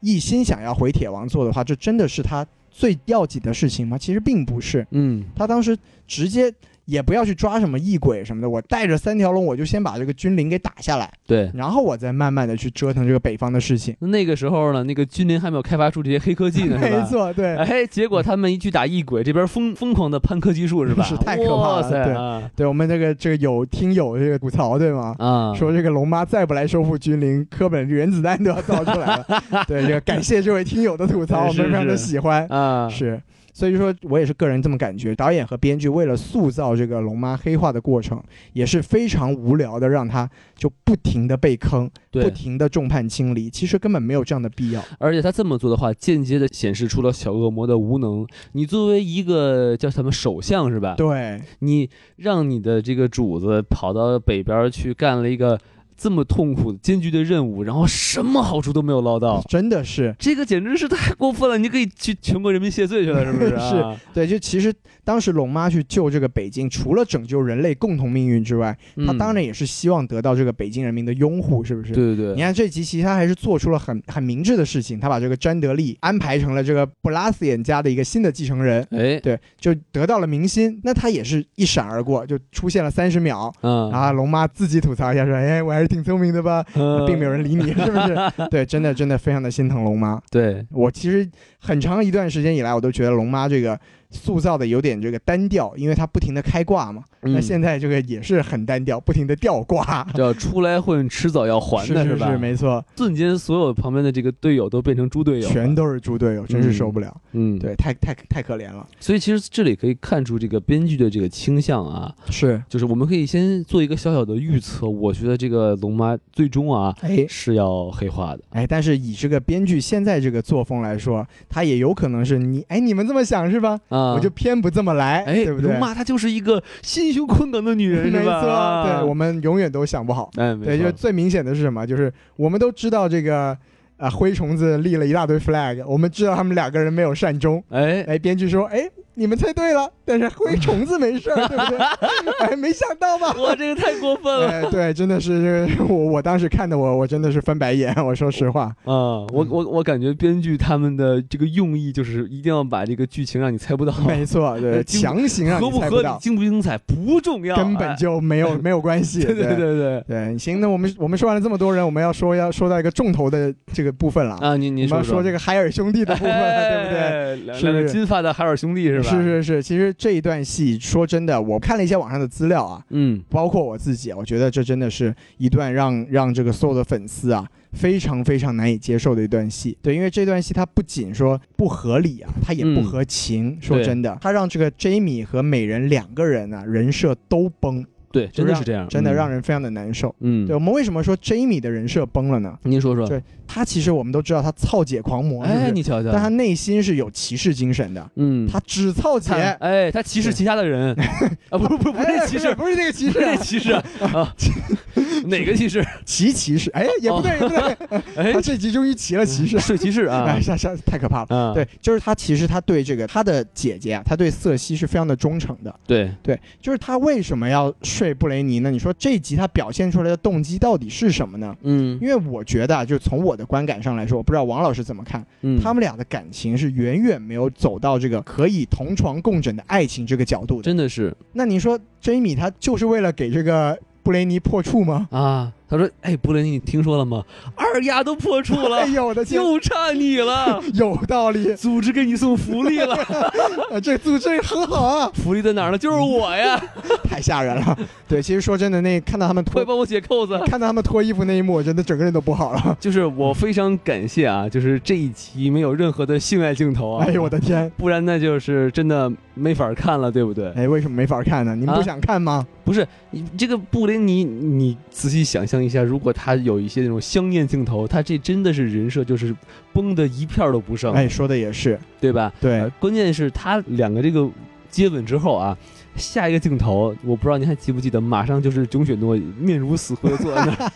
S1: 一心想要回铁王座的话，这真的是她最要紧的事情吗？其实并不是，
S2: 嗯，
S1: 她当时直接也不要去抓什么异鬼什么的，我带着三条龙，我就先把这个君临给打下来，
S2: 对。
S1: 然后我再慢慢的去折腾这个北方的事情。
S2: 那个时候呢，那个君临还没有开发出这些黑科技呢，是吧
S1: 没。错，对。
S2: 哎，结果他们一去打异鬼，这边疯疯狂的攀科技树是吧？
S1: 是太可怕了
S2: 哇塞
S1: 对
S2: 啊
S1: 对，我们这个这个有听友这个吐槽对吗？
S2: 啊！
S1: 说这个龙妈再不来收复君临，柯本原子弹都要造出来 了。对，这个感谢这位听友的吐槽，我
S2: 是
S1: 们非常的
S2: 是
S1: 喜欢。
S2: 啊，
S1: 是，所以说我也是个人这么感觉，导演和编剧为了塑造这个龙妈黑化的过程，也是非常无聊的，让她就不停的被坑，不
S2: 对，啊
S1: 停的众叛亲离，其实根本没有这样的必要。
S2: 而且他这么做的话，间接的显示出了小恶魔的无能。你作为一个叫什么首相是吧？
S1: 对，
S2: 你让你的这个主子跑到北边去干了一个这么痛苦艰巨的任务，然后什么好处都没有捞到，
S1: 真的是
S2: 这个简直是太过分了！你可以去全国人民谢罪去了，是不 是、啊？
S1: 对，就其实当时龙妈去救这个北京，除了拯救人类共同命运之外，
S2: 嗯
S1: 她当然也是希望得到这个北京人民的拥护，是不是？
S2: 对对
S1: 你
S2: 对，
S1: 看这集，其实他还是做出了很很明智的事情，他把这个詹德利安排成了这个布拉斯眼家的一个新的继承人，
S2: 哎，
S1: 对，就得到了民心。那他也是一闪而过，就出现了三十秒。
S2: 嗯，
S1: 然后龙妈自己吐槽一下说：“哎，我还是挺聪明的吧？”
S2: 呃
S1: 并没有人理你，是不 是？对，真的真的非常的心疼龙妈。
S2: 对，
S1: 我其实很长一段时间以来，我都觉得龙妈这个塑造的有点这个单调，因为她不停的开挂嘛。那
S2: 嗯
S1: 现在这个也是很单调，不停的掉挂。
S2: 叫出来混，迟早要还 的
S1: 是是
S2: 吧？
S1: 是，没错，
S2: 瞬间，所有旁边的这个队友都变成猪队友了，
S1: 全都是猪队友，真是受不了。
S2: 嗯，
S1: 对，太太太可怜了。
S2: 所以其实这里可以看出这个编剧的这个倾向啊，
S1: 是，
S2: 就是我们可以先做一个小小的预测，我觉得这个龙妈最终啊
S1: 哎
S2: 是要黑化的。
S1: 哎，但是以这个编剧现在这个作风来说，他也有可能是你哎，你们这么想是吧？
S2: 啊，
S1: 我就偏不这么来，
S2: 哎，
S1: 对不对
S2: 龙？妈她就是一个心胸宽广的女人，
S1: 没
S2: 是吧？
S1: 错，
S2: 啊
S1: 对我们永远都想不好。
S2: 哎，没
S1: 对，就
S2: 错
S1: 是最明显的是什么？就是我们都知道这个。啊，灰虫子立了一大堆 flag，我们知道他们两个人没有善终。
S2: 哎，
S1: 哎，编剧说，哎，你们猜对了，但是灰虫子没事儿，对不对？ 哎，没想到吧？
S2: 哇，这个太过分了。
S1: 哎，对，真的是 这个我我当时看的我我真的是翻白眼，我说实 话，
S2: 啊、我我我感觉编剧他们的这个用意就是一定要把这个剧情让你猜不到，
S1: 没错，对，
S2: 哎经
S1: 强行让
S2: 合
S1: 你
S2: 不
S1: 猜不
S2: 合理、
S1: 到，
S2: 精不精彩不重要，
S1: 根本
S2: 哎
S1: 就没有没有关系，
S2: 对对
S1: 对。
S2: 对对
S1: 对，行，那我们我们说完了这么多人，我们要说要说到一个重头的这个部分了，
S2: 啊！你
S1: 我
S2: 你
S1: 们要
S2: 说哎
S1: 说这
S2: 个
S1: 个海尔兄弟的部分 了，对不对？
S2: 对
S1: 是
S2: 是金发的海尔兄弟是吧？
S1: 是，是是，其实这一段戏，说真的，我看了一些网上的资料啊，
S2: 嗯，
S1: 包括我自己，我觉得这真的是一段让让这个所有的粉丝啊非常非常难以接受的一段戏。对，因为这段戏它不仅说不合理啊，它也不
S2: 嗯
S1: 合情。说
S2: 对
S1: 真的，它让这个 Jamie 和美人两个人啊人设都崩，
S2: 对，
S1: 就
S2: 真的
S1: 让
S2: 是这样，
S1: 真的
S2: 嗯
S1: 让人非常的难受。
S2: 嗯，
S1: 对我们为什么说 Jamie 的人设崩了呢？
S2: 您说说
S1: 对，他其实我们都知道他操姐狂魔，是不
S2: 哎，
S1: 是
S2: 你瞧瞧，
S1: 但他内心是有骑士精神的，
S2: 嗯，
S1: 他只操姐。
S2: 他哎，他歧视
S1: 对
S2: 其他 的人啊，不不不，不
S1: 哎
S2: 是歧视，
S1: 不是这个骑
S2: 不
S1: 士
S2: 是，歧视啊， 哪个歧视？
S1: 骑骑士，哎，也不对，也不对，
S2: 哎
S1: 他，这集终于骑了骑士，
S2: 睡骑士啊
S1: 哎，，下下太可怕了。
S2: 啊，
S1: 对，就是他，其实他对这个他的姐姐啊，他对瑟西是非常的忠诚的。
S2: 对，
S1: 对，就是他为什么要睡布雷尼呢？你说这一集他表现出来的动机到底是什么呢？
S2: 嗯
S1: 因为我觉得，啊，就从我的观感上来说，我不知道王老师怎么看，
S2: 嗯，
S1: 他们俩的感情是远远没有走到这个可以同床共枕的爱情这个角度的。
S2: 真的是
S1: 那你说，Jamie 他就是为了给这个布雷尼破处吗？
S2: 啊，他说，哎，布雷尼，你听说了吗？二丫都破处
S1: 哎
S2: 了，
S1: 呦我的天，
S2: 就差你 了，
S1: 有道理，
S2: 组织给你送福利了，
S1: 啊，这组织很好啊，
S2: 福利在哪儿呢？就是我 呀，
S1: 太吓人了。 对，其实说真的，那看到他们
S2: 快
S1: 脱
S2: 帮我解扣子。
S1: 看到他们脱衣服那一幕，我真的整个人都不好了。
S2: 就是我非常感谢啊，就是这一集没有任何的性爱镜头 啊，
S1: 哎呦我的天！
S2: 不然那就是真的没法看了，对不对？
S1: 哎，为什么没法看呢？你们不
S2: 啊
S1: 想看吗？
S2: 不是你这个布林尼，你仔细想象一下，如果他有一些那种香艳镜头，他这真的是人设就是崩的一片儿都不剩，
S1: 哎，说的也是，
S2: 对吧？呃
S1: 对，
S2: 关键是他两个这个接吻之后啊，下一个镜头我不知道您还记不记得，马上就是囧雪诺面如死灰地坐在那儿，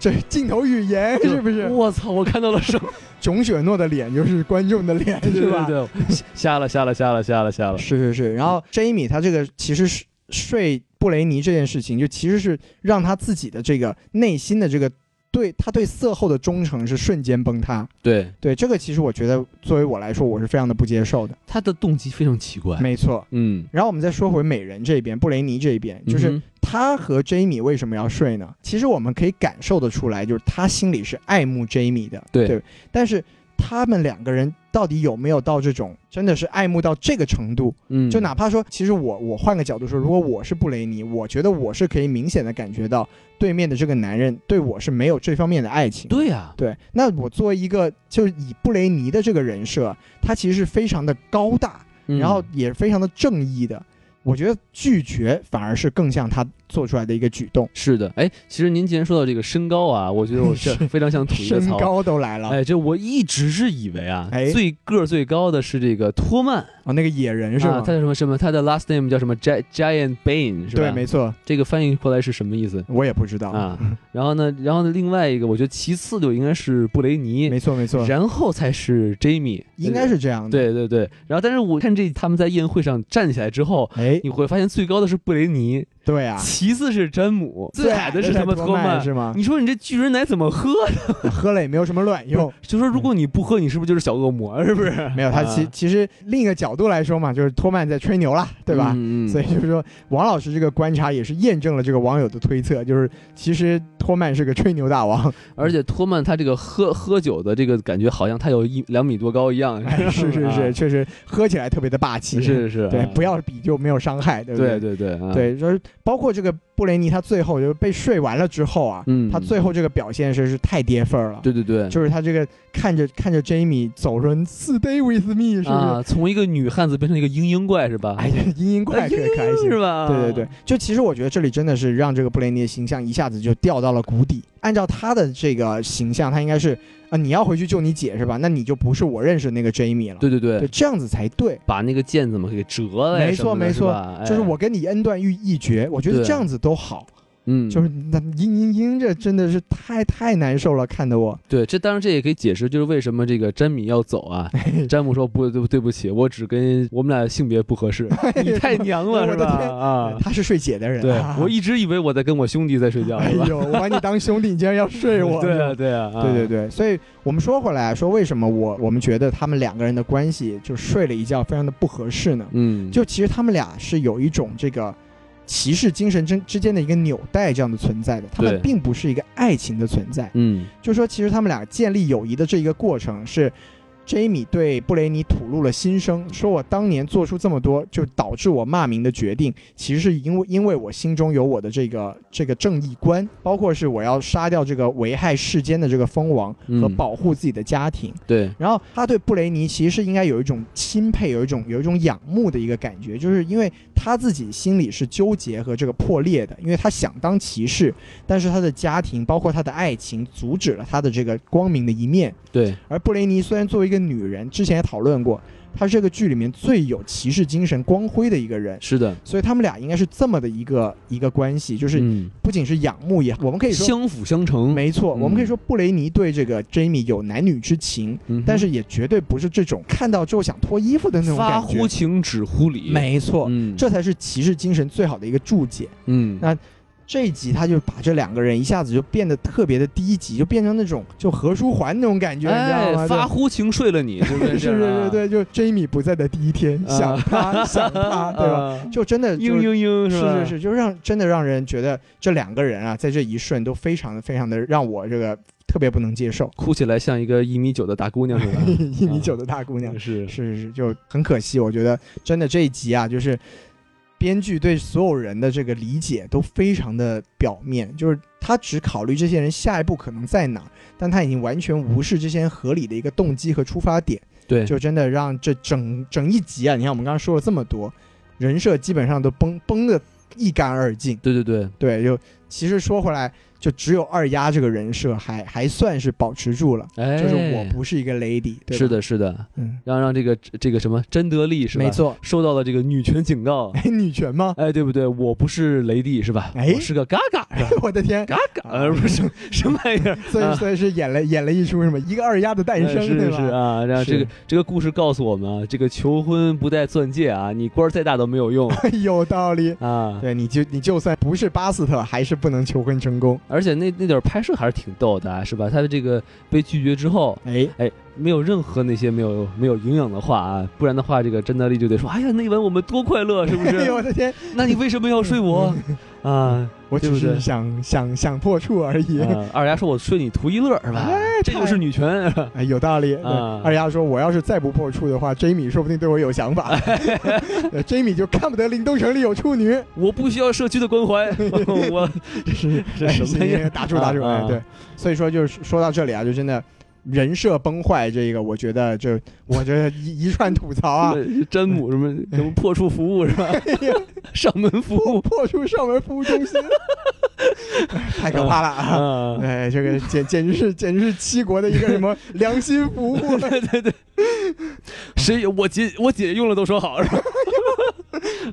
S1: 这镜头语 言
S2: 就是
S1: 不是？
S2: 我操，我看到了什么？
S1: 囧雪诺的脸就是观众的脸，是吧？
S2: 对嗯对对，瞎了瞎了瞎了瞎了瞎了，
S1: 是是是。然后 Jamie 他这个其实是睡布雷尼这件事情，就其实是让他自己的这个内心的这个对他对色后的忠诚是瞬间崩塌。
S2: 对
S1: 对这个，其实我觉得作为我来说，我是非常的不接受的。
S2: 他的动机非常奇怪，
S1: 没错。
S2: 嗯，
S1: 然后我们再说回美人这边，布雷尼这边，就是
S2: 嗯
S1: 他和 Jamie 为什么要睡呢？其实我们可以感受得出来，就是他心里是爱慕 Jamie 的，
S2: 对
S1: 但是他们两个人到底有没有到这种真的是爱慕到这个程度？
S2: 嗯，
S1: 就哪怕说，其实我我换个角度说，如果我是布雷尼，我觉得我是可以明显的感觉到对面的这个男人对我是没有这方面的爱情的。
S2: 嗯对呀、
S1: 对，那我作为一个就是以布雷尼的这个人设，他其实是非常的高大，
S2: 嗯
S1: 然后也非常的正义的。我觉得拒绝反而是更像他做出来的一个举动。
S2: 是的，哎，其实您既然说到这个身高啊，我觉得我这非常想吐一个
S1: 身
S2: 槽。
S1: 高都来了，
S2: 哎，这我一直是以为啊，
S1: 哎
S2: 最个儿最高的是这个托曼，
S1: 哦，那个野人是
S2: 啊
S1: 吗？
S2: 他叫什么什么？他的 last name 叫什么？Gi- Giant Bane 是吧？
S1: 对，没嗯错，
S2: 这个翻译过来是什么意思
S1: 我也不知道。
S2: 啊？ 然后呢，然后呢，另外一个我觉得其次就应该是布雷尼，
S1: 没错，没错，
S2: 然后才是 Jamie，
S1: 应该是这样的。
S2: 啊对对对。然后但是我看这他们在宴会上站起来之后。
S1: 对，哎，
S2: 你会发现最高的是布雷尼，
S1: 对 啊，
S2: 其次是詹姆，最矮的是
S1: 在
S2: 他妈
S1: 托
S2: 托
S1: 曼
S2: 曼。
S1: 是 吗？
S2: 你说你这巨人奶怎么喝
S1: 喝了也没有什么卵用。
S2: 就说如
S1: 嗯
S2: 果你不喝，你是不是就是小恶魔？ 是不是？
S1: 没有，他其
S2: 啊
S1: 其实另一个角度来说嘛，就是托曼在吹牛啦，对吧？
S2: 嗯嗯
S1: 所以就是说，王老师这个观察也是验证了这个网友的推测，就是其实托曼是个吹牛大 王，
S2: 而且托曼他这个喝喝酒的这个感觉，好像他有一两米多高一样。
S1: 哎是是是，
S2: 啊
S1: 确实喝起来特别的霸气，
S2: 是是是，
S1: 对
S2: 啊，
S1: 不要比就没有伤害，对不
S2: 对
S1: 对
S2: 对对啊
S1: 对，就是包括这个布雷尼，他最后就是被睡完了之后啊，
S2: 嗯
S1: 他最后这个表现真是太跌份儿了，
S2: 对对对，
S1: 就是他这个看着看着 Jamie 走人，Stay with me 是不是？
S2: 啊，从一个女汉子变成一个嘤嘤怪是吧？
S1: 哎呀，阴阴怪
S2: 哎，
S1: 特别开心
S2: 是。吧？啊
S1: 对对对，就其实我觉得这里真的是让这个布雷尼的形象一下子就掉到了谷底。按照他的这个形象，他应该是啊、你要回去救你姐是吧？那你就不是我认识的那个 Jamie 了，
S2: 对对对
S1: 对，这样子才对。
S2: 把那个剑怎么给折了呀？
S1: 没错
S2: 什么的
S1: 没错
S2: 吧
S1: 就是，
S2: 哎
S1: 我跟你恩断义义绝，我觉得
S2: 对
S1: 这样子都好。
S2: 嗯，
S1: 就是那阴阴阴，这真的是太太难受了，看得我
S2: 对，这当然这也可以解释，就是为什么这个詹米要走 啊？詹姆说不对，对不起，我只跟我们俩性别不合适，你太娘
S1: 哎我
S2: 了
S1: 的
S2: 是吧？
S1: 天
S2: 啊，
S1: 他是睡姐的人，
S2: 对
S1: 啊，
S2: 我一直以为我在跟我兄弟在睡觉，
S1: 哎
S2: 是吧？
S1: 呦，我把你当兄弟，你竟然要睡我，
S2: 对啊， 对啊，啊
S1: 对对对，所以我们说回来，说为什么我我们觉得他们两个人的关系就睡了一觉非常的不合适呢？
S2: 嗯，
S1: 就其实他们俩是有一种这个骑士精神之之间的一个纽带这样的存在的，他们
S2: 对
S1: 并不是一个爱情的存在。
S2: 嗯
S1: 就说其实他们俩建立友谊的这一个过程是。Jamie 对布雷尼吐露了心声，说我当年做出这么多就导致我骂名的决定，其实是因为因为我心中有我的这个这个正义观，包括是我要杀掉这个危害世间的这个蜂王和
S2: 嗯
S1: 保护自己的家庭。
S2: 对，
S1: 然后他对布雷尼其实是应该有一种钦佩，有一种有一种仰慕的一个感觉，就是因为他自己心里是纠结和这个破裂的，因为他想当骑士，但是他的家庭包括他的爱情阻止了他的这个光明的一面。
S2: 对，
S1: 而布雷尼虽然作为一个女人，之前也讨论过，她是这个剧里面最有骑士精神光辉的一个人，
S2: 是的，
S1: 所以他们俩应该是这么的一个一个关系，就是
S2: 嗯
S1: 不仅是仰慕也，我们可以说。
S2: 相辅相成，
S1: 没错，
S2: 嗯
S1: 我们可以说布雷尼对这个 Jamie 有男女之情，
S2: 嗯哼
S1: 但是也绝对不是这种看到之后想脱衣服的那种
S2: 发
S1: 感
S2: 乎
S1: 觉。
S2: 情止乎礼，，
S1: 没错，
S2: 嗯，
S1: 这才是骑士精神最好的一个注解。
S2: 嗯
S1: 那这一集他就把这两个人一下子就变得特别的低级，就变成那种就何书桓那种感觉，你知道
S2: 哎，
S1: 吗？
S2: 发乎情睡了你，对不
S1: 对
S2: 对？
S1: 啊 是是是，
S2: 对，
S1: 对，就 Jamie 不在的第一天，
S2: 啊
S1: 想 他想他，对吧？
S2: 吧？
S1: 就真的就
S2: 啊嘤嘤嘤
S1: 是
S2: 吧？。
S1: 是是，就让真的让人觉得这两个人啊，在这一瞬都非常的非常的让我这个特别不能接受
S2: 哭起来像一个一米九的大姑娘似的，
S1: 一米九的大姑娘，是
S2: 是
S1: 是是，就很可惜，我觉得真的这一集啊，就是编剧对所有人的这个理解都非常的表面，就是他只考虑这些人下一步可能在哪儿，但他已经完全无视这些人合理的一个动机和出发点，
S2: 对，
S1: 就真的让这整整一集啊，你看我们刚刚说了这么多，人设基本上都崩崩的一干二净。
S2: 对对对，
S1: 对，就其实说回来，就只有二丫这个人设还还算是保持住了，
S2: 哎，
S1: 就是我不是一个 lady，对吧
S2: 是，的，是的，
S1: 嗯，
S2: 让让这个这个什么詹德利是吧？
S1: 没，错。
S2: 受到了这个女权警告，
S1: 哎，女权 吗？
S2: 哎，对不对？我不是雷迪是吧？
S1: 哎啊
S2: 我是个嘎嘎是吧？
S1: 我的天！
S2: 嘎嘎，呃，不是 什么什么 玩意儿？
S1: 所以
S2: 啊
S1: 所以是演了演了一出什么一个二丫的诞生，
S2: 哎是
S1: 对
S2: 是
S1: 吧？
S2: 是啊，让这个
S1: 是
S2: 这个故事告诉我们啊，这个求婚不带钻戒啊，你官儿再大都没有 用
S1: 有道理。
S2: 啊。
S1: 对，你就你就算不是巴斯特，还是不能求婚成功。
S2: 而且那那点儿拍摄还是挺逗的、啊，是吧？他的这个被拒绝之后，
S1: 哎，
S2: 哎，没有任何那些没有没有营养的话啊，不然的话，这个真德利就得说，哎呀，那晚我们多快乐，是啊不
S1: 哎呦我
S2: 是？
S1: 的天！
S2: 那你为什么要 睡我啊？
S1: 我只
S2: 对不对
S1: 是想想想破处而已。
S2: 啊二丫说我睡你图一乐是吧？
S1: 哎
S2: 这就是女权，
S1: 哎，有道理。对
S2: 啊
S1: 二丫说：“我要是再不破处的话，Jamie 说不定对我有想法。 对 ”Jamie 就看不得林东城里有处女。
S2: 我不需要社区的 关怀，我 哎
S1: 是
S2: 这什么呀？
S1: 打住打住！
S2: 啊
S1: 哎
S2: 啊，
S1: 对，所以说就是说到这里啊，就真的人设崩坏，这个我觉得就我这一一串吐槽啊，
S2: 詹姆什么什么破处服务是 吧？上门服务
S1: 破除上门服务中心， 哎太可怕了啊！
S2: 啊，
S1: 哎，这个简简直是简直是七国的一个什 么良心服务，
S2: 对对对，谁我姐我姐用了都说好是吧？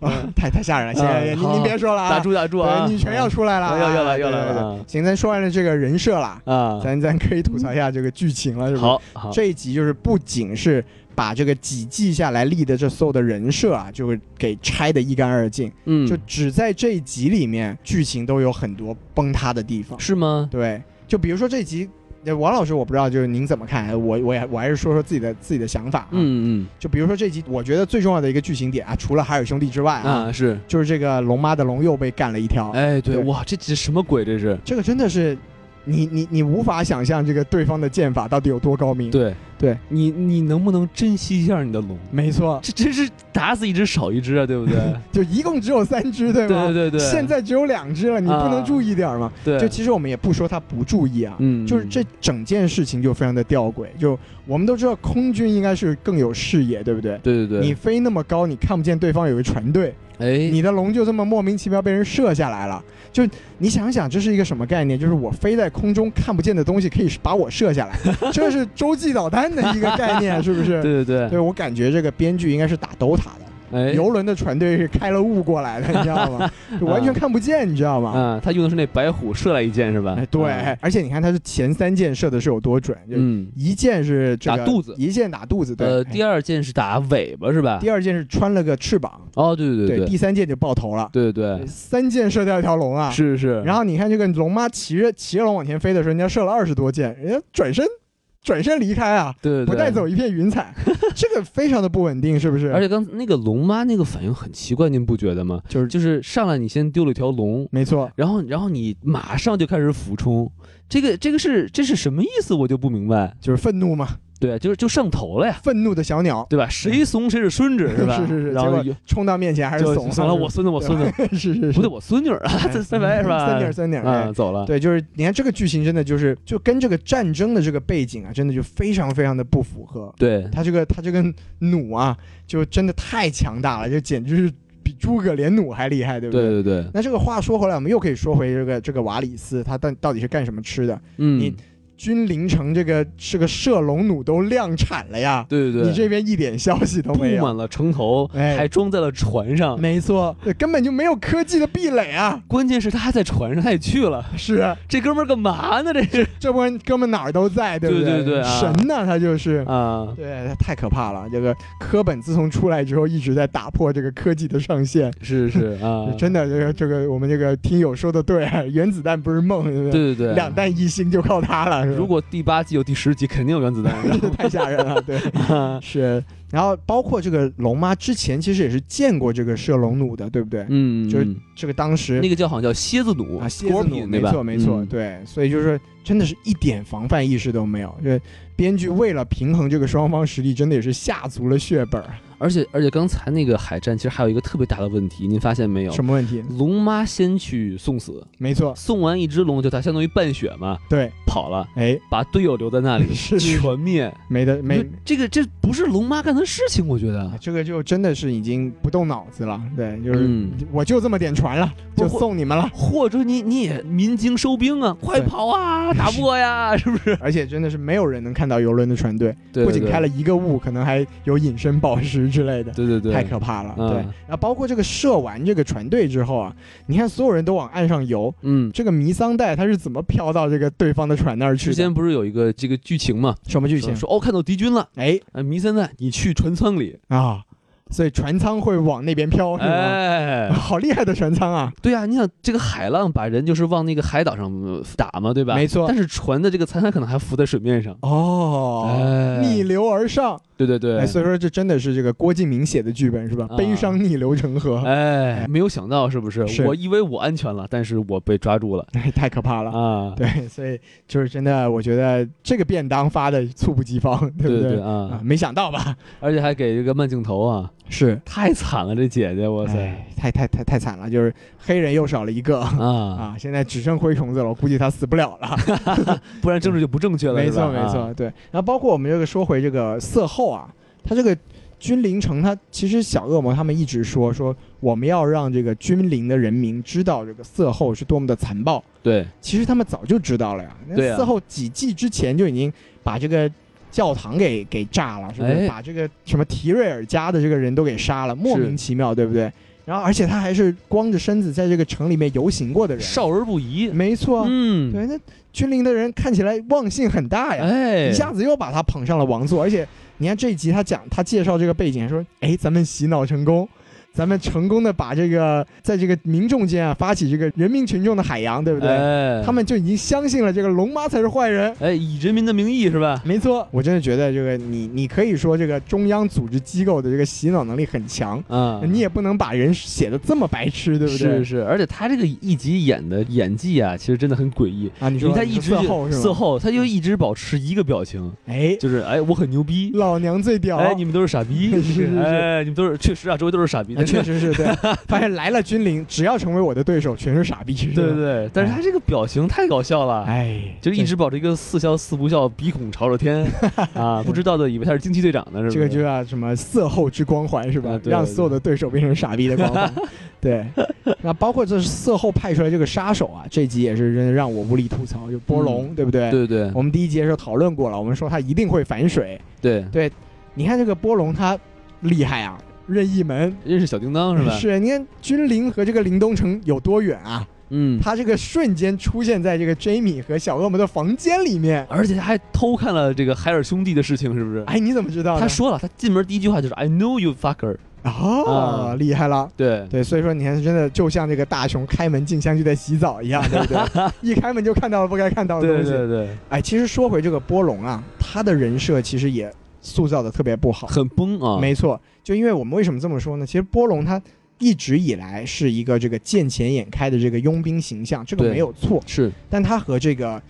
S1: 啊太太吓人了！行
S2: 啊
S1: 行，行
S2: 嗯好
S1: 您您别说了
S2: 打
S1: 啊，
S2: 住打住啊！
S1: 对，女权要出来了啊，
S2: 要要了要
S1: 对对对
S2: 了
S1: 行，咱说完了这个人设了，
S2: 啊！
S1: 咱咱可以吐槽一下这个剧情了，是吧？
S2: 好好，
S1: 这一集就是不仅是把这个几季下来立的这所有的人设啊，就是给拆得一干二净，
S2: 嗯
S1: 就只在这一集里面，剧情都有很多崩塌的地方。
S2: 是吗？
S1: 对，就比如说这一集，呃王老师我不知道，就是您怎么看？我我也我还是说说自己的自己的想法、啊。，
S2: 嗯
S1: 就比如说这集，我觉得最重要的一个剧情点啊，除了海尔兄弟之外
S2: 嗯
S1: 啊，
S2: 啊是，
S1: 就是这个龙妈的龙又被干了一条。
S2: 哎对
S1: 对
S2: 哇，这这什么鬼这是？
S1: 这个真的是，你你你无法想象这个对方的剑法到底有多高明。，
S2: 对
S1: 对，
S2: 你你能不能珍惜一下你的龙？
S1: 没错。
S2: 这真是打死一只少一只啊，对不对？
S1: 就一共只有三只， 对
S2: 对
S1: 吗？
S2: 对对对，啊
S1: 现在只有两只了，你不能注意点儿吗？
S2: 对
S1: 就其实我们也不说他不注意啊，
S2: 嗯
S1: 就是这整件事情就非常的吊诡。就我们都知道空军应该是更有视野，对不对？
S2: 对对对，
S1: 你飞那么高，你看不见对方有个船队，
S2: 哎
S1: 你的龙就这么莫名其妙被人射下来了。就你想想，这是一个什么概念？就是我飞在空中看不见的东西可以把我射下来， 这是洲际导弹的一个概念，是不是？
S2: 对对对
S1: 对我感觉这个编剧应该是打 DOTA 的。
S2: 哎，
S1: 游轮的船队是开了雾过来的，你知道 吗？就完全看不见，你知道吗？
S2: 嗯，他用的是那白虎射来一箭是吧啊
S1: 哎，？对，而且你看他是前三箭射的是有多准，就
S2: 嗯，
S1: 一箭是这个
S2: 打肚子
S1: 一箭打肚子，对。
S2: 呃，
S1: 哎
S2: 第二箭是打尾巴是吧？
S1: 第二箭是穿了个翅膀，
S2: 哦，对对对
S1: 第三箭就爆头了，
S2: 对对对，
S1: 三箭射掉一条龙啊。
S2: 是是。
S1: 然后你看这个龙妈骑着骑着龙往前飞的时候，人家射了二十多箭，人家转身转身离开啊，
S2: 对对对，
S1: 不带走一片云 彩，这个非常的不稳定，是不是？
S2: 而且刚才那个龙妈那个反应很奇怪，您不觉得吗？
S1: 就是
S2: 就是上来你先丢了一条龙，
S1: 没错，
S2: 然后然后你马上就开始俯冲，这个这个是这是什么意思？我就不明白。
S1: 就是愤怒嘛，
S2: 对，啊就是就上头了呀，
S1: 愤怒的小鸟
S2: 对吧？谁怂谁是孙子是 吧？
S1: 是是是
S2: 然后
S1: 结冲到面前还是
S2: 就
S1: 怂啊
S2: 怂了，我哦孙子我孙子
S1: 是是 是，
S2: 不对，我孙女儿 啊，
S1: 哎
S2: 这拜拜是吧？
S1: 三点儿三点儿，哎
S2: 啊，走了。
S1: 对，就是你看这个剧情真的就是就跟这个战争的这个背景啊，真的就非常非常的不符合。
S2: 对
S1: 他这个他这个弩啊，就真的太强大了，就简直是比诸葛连弩还厉害，对不
S2: 对对对，
S1: 那这个话说回来，我们又可以说回这个这个瓦里斯，他到到底是干什么吃的？
S2: 嗯，
S1: 你君临城这个这个射龙弩都量产了呀，
S2: 对对对，
S1: 你这边一点消息都
S2: 布
S1: 没有。
S2: 满了城头，
S1: 哎
S2: 还装在了船上。
S1: 没错，对根本就没有科技的壁垒啊！
S2: 关键是他还在船上，他也去了。
S1: 是，
S2: 这哥们儿干嘛呢？这是
S1: 这帮人哥们哪儿都在，对不
S2: 对
S1: 对
S2: 对对啊
S1: 神呢、他就是。
S2: 啊，
S1: 对，太可怕了！这个科本自从出来之后，一直在打破这个科技的上限。，
S2: 是 是啊
S1: 真的， 这个这个我们这个听友说的对，啊原子弹不是梦，对不对？
S2: 对对对，
S1: 两弹一星就靠它了。是吧
S2: 如果第八季有第十集，肯定有原子弹。然
S1: 太吓人了， 对，
S2: 后
S1: 是。然后包括这个龙妈之前其实也是见过这个射龙弩的，对不对？
S2: 嗯，
S1: 就是
S2: 嗯
S1: 这个当时
S2: 那个叫好像叫蝎子弩
S1: 啊，蝎子弩，
S2: ，scorpion，对
S1: 没
S2: 吧？
S1: 错没错，
S2: 嗯，
S1: 对，所以就是真的是一点防范意识都没有。这编剧为了平衡这个双方实力，真的也是下足了血本儿。
S2: 而且而且刚才那个海战其实还有一个特别大的问题，您发现没有？嗯
S1: 什么问题？
S2: 龙妈先去送死，
S1: 没错，
S2: 送完一只龙就她相当于半血嘛，
S1: 对，
S2: 跑了，
S1: 哎，
S2: 把队友留在那里
S1: 是是
S2: 全灭。
S1: 没得没
S2: 就，这个这不是龙妈干的事情，我觉
S1: 哎
S2: 得。
S1: 这个就真的是已经不动脑子了。对，就是
S2: 嗯，
S1: 我就这么点船了，
S2: 不
S1: 就
S2: 或
S1: 送你们 了。
S2: 或者你你也鸣金收兵啊，快
S1: 对
S2: 跑啊，打不过呀，是不是？
S1: 而且真的是没有人能看到游轮的船队，不仅开了，一个雾，可能还有隐身宝石之类的。
S2: 对对对，
S1: 太可怕了，
S2: 嗯
S1: 对。然后包括这个射完这个船队之后啊，你看所有人都往岸上游，
S2: 嗯，
S1: 这个弥桑带他是怎么飘到这个对方的船那儿去
S2: 之
S1: 的？
S2: 前不是有一个这个剧情嘛，
S1: 什么剧
S2: 说
S1: 情？
S2: 说哦看到敌军了，
S1: 哎
S2: 啊，弥三奈你去船舱里，
S1: 啊，所以船舱会往那边哦飘，是吗？
S2: 哎，
S1: 好厉害的船舱啊！
S2: 对啊，你想这个海浪把人就是往那个海岛上呃打嘛，对吧？
S1: 没错
S2: 但是船的这个残骸可能还浮在水面上，
S1: 哦，
S2: 哎，
S1: 逆流而上，
S2: 对对对
S1: 哎，，所以说这真的是这个郭敬明写的剧本是吧？
S2: 啊
S1: 悲伤逆流成河，
S2: 哎，没有想到是不是？
S1: 是
S2: 我以为我安全了，但是我被抓住了
S1: 哎，太可怕了。
S2: 啊！
S1: 对，所以就是真的，我觉得这个便当发的猝不及防，对
S2: 对
S1: 不
S2: 对
S1: 啊
S2: 啊，，
S1: 没想到吧？
S2: 而且还给这个慢镜头啊，
S1: 是，
S2: 太惨了，这姐姐，哇塞
S1: 哎，太太太太惨了，就是黑人又少了一个
S2: 啊，
S1: 啊，现在只剩灰虫子了，我估计他死不了了。
S2: 不然政治就不正确了，
S1: 没
S2: 是吧
S1: 错，没，
S2: 啊
S1: 错，对。然后包括我们这个说回这个色后啊，他这个君临城，他其实小恶魔他们一直说说我们要让这个君临的人民知道这个色后是多么的残暴，
S2: 对，
S1: 其实他们早就知道了呀。那
S2: 对啊
S1: 四后几季之前就已经把这个教堂给给炸了，是不是？
S2: 哎
S1: 把这个什么提瑞尔家的这个人都给杀了，莫名其妙，对不对？然后，而且他还是光着身子在这个城里面游行过的人，
S2: 少儿不宜，
S1: 没错，啊
S2: 嗯，
S1: 对。那君临的人看起来忘性很大呀，
S2: 哎，
S1: 一下子又把他捧上了王座。而且你看这一集他讲他介绍这个背景，说：“哎，咱们洗脑成功。”咱们成功的把这个在这个民众间啊发起这个人民群众的海洋，对不对？
S2: 哎，
S1: 他们就已经相信了这个龙妈才是坏人。
S2: 哎，以人民的名义是吧？
S1: 没错，我真的觉得这个你，你可以说这个中央组织机构的这个洗脑能力很强，
S2: 啊，
S1: 嗯你也不能把人写的这么白痴，对不对？
S2: 是是，而且他这个一集演的演技啊，其实真的很诡异。
S1: 啊，你
S2: 因
S1: 说
S2: 为他一直
S1: 色后是
S2: 色
S1: 吗？
S2: 后，他就一直保持一个表情，
S1: 哎，
S2: 就是哎，我很牛逼，
S1: 老娘最屌！
S2: 哎，你们都是傻逼，
S1: 嗯是是是
S2: 哎，你们都是确实啊，周围都是傻逼，
S1: 啊
S2: 但是
S1: 确实是 对，发现来了君临，只要成为我的对手，全是傻逼，对
S2: 对对对，但是他这个表情太搞笑了。
S1: 哎，
S2: 就是一直保持一个似笑似不笑、鼻孔朝着天 啊，不知道的以为他是惊奇队长呢，是不是？哎
S1: 这个就叫什么色后之光环是吧？
S2: 啊对
S1: 让所有的对手变成傻逼的光 环。对，那包括这色后派出来这个杀手啊，这集也是真的让我无力吐槽，就波龙，对不对？
S2: 嗯对对
S1: 我们第一集的时候讨论过了，我们说他一定会反水。
S2: 对
S1: 你看这个波龙他厉害啊，任意门
S2: 认识小叮当是吧？
S1: 是，你看君临和这个林东城有多远啊？
S2: 嗯，
S1: 他这个瞬间出现在这个 Jamie 和小恶魔的房间里面。
S2: 而且他还偷看了这个海尔兄弟的事情，是不是？
S1: 哎，你怎么知道的？
S2: 他说了，他进门第一句话就是 “I know you fucker”。
S1: 哦，
S2: 嗯
S1: 厉害了。
S2: 对，
S1: 对，所以说你看，真的就像这个大熊开门进香就在洗澡一样，对不 对？一开门就看到了不该看到的东
S2: 对
S1: 西。
S2: 对对，
S1: 哎，其实说回这个波龙啊，他的人设其实也塑造的特别不好。
S2: 很崩啊。
S1: 哦没错，就因为我们为什么这么说呢？其实波龙他一直以来是一个这个见钱眼开的这个佣兵形象，这个
S2: 对
S1: 没有错。
S2: 是，
S1: 但他和这个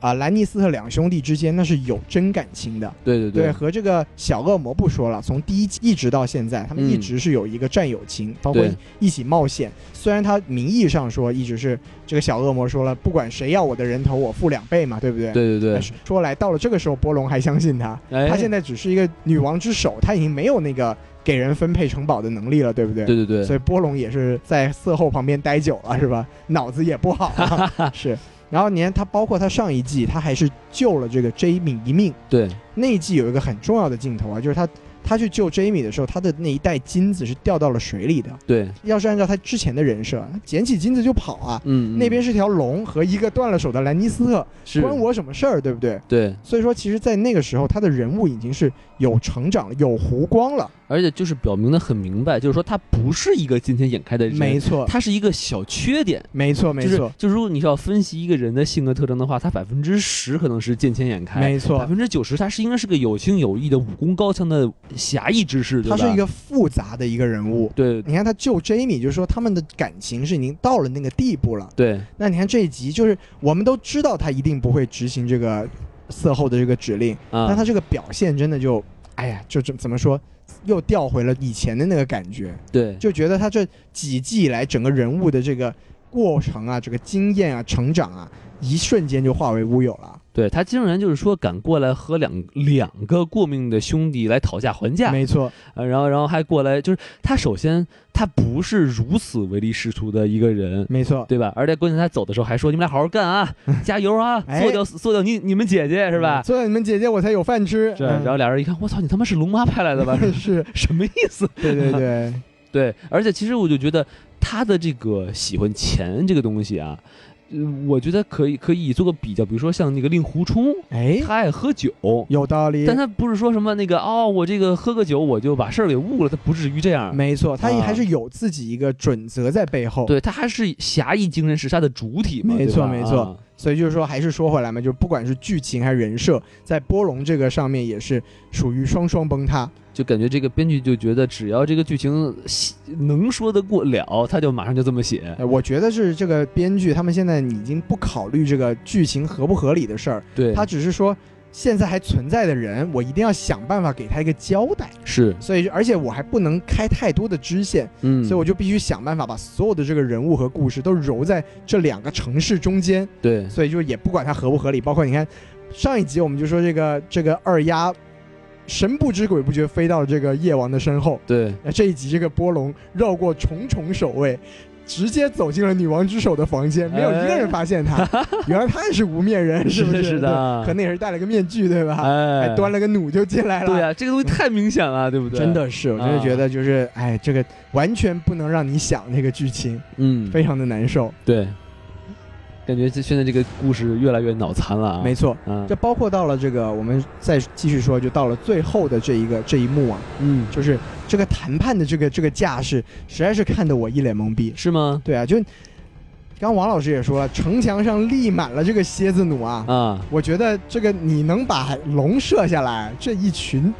S1: 啊、兰尼斯特两兄弟之间那是有真感情的。
S2: 对对
S1: 对，和这个小恶魔不说了，从第一季一直到现在，他们
S2: 嗯
S1: 一直是有一个战友情，包括
S2: 对
S1: 一起冒险。虽然他名义上说一直是这个小恶魔说了，不管谁要我的人头，我付两倍嘛，对不对？
S2: 对对对
S1: 但，是说来到了这个时候，波隆还相信他，
S2: 哎，
S1: 他现在只是一个女王之首，他已经没有那个给人分配城堡的能力了，对不对？
S2: 对对对，
S1: 所以波隆也是在色后旁边待久了，是吧？脑子也不好、 啊，是。然后你看他，包括他上一季，他还是救了这个 Jamie 一命。
S2: 对
S1: 那一季有一个很重要的镜头啊，就是他他去救 Jamie 的时候，他的那一袋金子是掉到了水里的。
S2: 对，
S1: 要是按照他之前的人设，他捡起金子就跑啊，
S2: 嗯，嗯
S1: 那边是条龙和一个断了手的兰尼斯特，
S2: 是
S1: 关我什么事儿，对不对？
S2: 对，
S1: 所以说，其实，在那个时候，他的人物已经是有成长了，有弧光了。
S2: 而且就是表明的很明白，就是说他不是一个见钱眼开的人，
S1: 没错，
S2: 他是一个小缺点。
S1: 没错，没
S2: 就是
S1: 错，
S2: 就是，如果你是要分析一个人的性格特征的话，他百分之十可能是见钱眼开，
S1: 没
S2: 百
S1: 错，
S2: 分之九十他是应该是个有情有义的、武功高强的侠义之士，对
S1: 他
S2: 吧？
S1: 是一个嗯复杂的一个人物。
S2: 对
S1: 你看他救 Jamie，就是说他们的感情是已经到了那个地步了。
S2: 对
S1: 那你看这一集，就是我们都知道他一定不会执行这个色后的这个指令，
S2: 啊，
S1: 但他这个表现真的就，哎呀，就这怎么说，又调回了以前的那个感觉，
S2: 对
S1: 就觉得他这几季以来整个人物的这个过程啊，这个经验啊，成长啊，一瞬间就化为乌有了。
S2: 对，他竟然就是说敢过来和两两个过命的兄弟来讨价还价，
S1: 没错，
S2: 啊然后然后还过来，就是他首先他不是如此唯利是图的一个人。
S1: 没错，
S2: 对吧？而且关键他走的时候还说：“你们俩好好干啊，加油啊，
S1: 哎
S2: 做掉做掉你你们姐姐是吧
S1: 嗯？”所以你们姐姐我才有饭 吃。
S2: 这然后俩人一看，我操，你他妈是龙妈派来的吧？
S1: 嗯是，
S2: 什么意思？
S1: 对对对，
S2: 对，而且其实我就觉得他的这个喜欢钱这个东西啊，呃我觉得可以可以做个比较，比如说像那个令狐冲，
S1: 哎，
S2: 他爱喝酒，
S1: 有道理
S2: 但。他不是说什么那个哦，我这个喝个酒我就把事儿给误了，他不至于这样。
S1: 没错，他
S2: 啊
S1: 还是有自己一个准则在背后。
S2: 对他还是侠义精神是他的主体嘛，
S1: 没
S2: 对
S1: 错
S2: 吧
S1: 没错
S2: 啊
S1: 所以就是说，还是说回来嘛，就是不管是剧情还是人设，在波龙这个上面也是属于双双崩塌。
S2: 就感觉这个编剧就觉得只要这个剧情写能说得过了，他就马上就这么写。
S1: 呃我觉得是这个编剧他们现在已经不考虑这个剧情合不合理的事儿，
S2: 对，
S1: 他只是说现在还存在的人，我一定要想办法给他一个交代。
S2: 是
S1: 所以，而且我还不能开太多的支线，
S2: 嗯，
S1: 所以我就必须想办法把所有的这个人物和故事都揉在这两个城市中间。
S2: 对
S1: 所以就也不管它合不合理。包括你看上一集我们就说这个这个二丫神不知鬼不觉飞到了这个夜王的身后，
S2: 对
S1: 那这一集这个波龙绕过重重守卫。直接走进了女王之手的房间，
S2: 哎
S1: 没有一个人发现他。 原来他也是无面人， 是不
S2: 是是的啊
S1: 对可能也是戴了个面具，对吧？
S2: 哎
S1: 还端了个弩就进来了。
S2: 对啊，这个东西太明显了，对不对？
S1: 真，的是，我真的
S2: 啊
S1: 觉得就是，哎，这个完全不能让你想这个剧情，
S2: 嗯，
S1: 非常的难受。
S2: 对，感觉这现在这个故事越来越脑残了啊。
S1: 没错，
S2: 啊，
S1: 这包括到了这个，我们再继续说，就到了最后的这一个这一幕啊，
S2: 嗯，
S1: 就是这个谈判的这个这个架势，实在是看得我一脸懵逼。
S2: 是吗？
S1: 对啊，就刚王老师也说了，城墙上立满了这个蝎子弩啊，
S2: 啊，
S1: 我觉得这个你能把龙射下来，这一群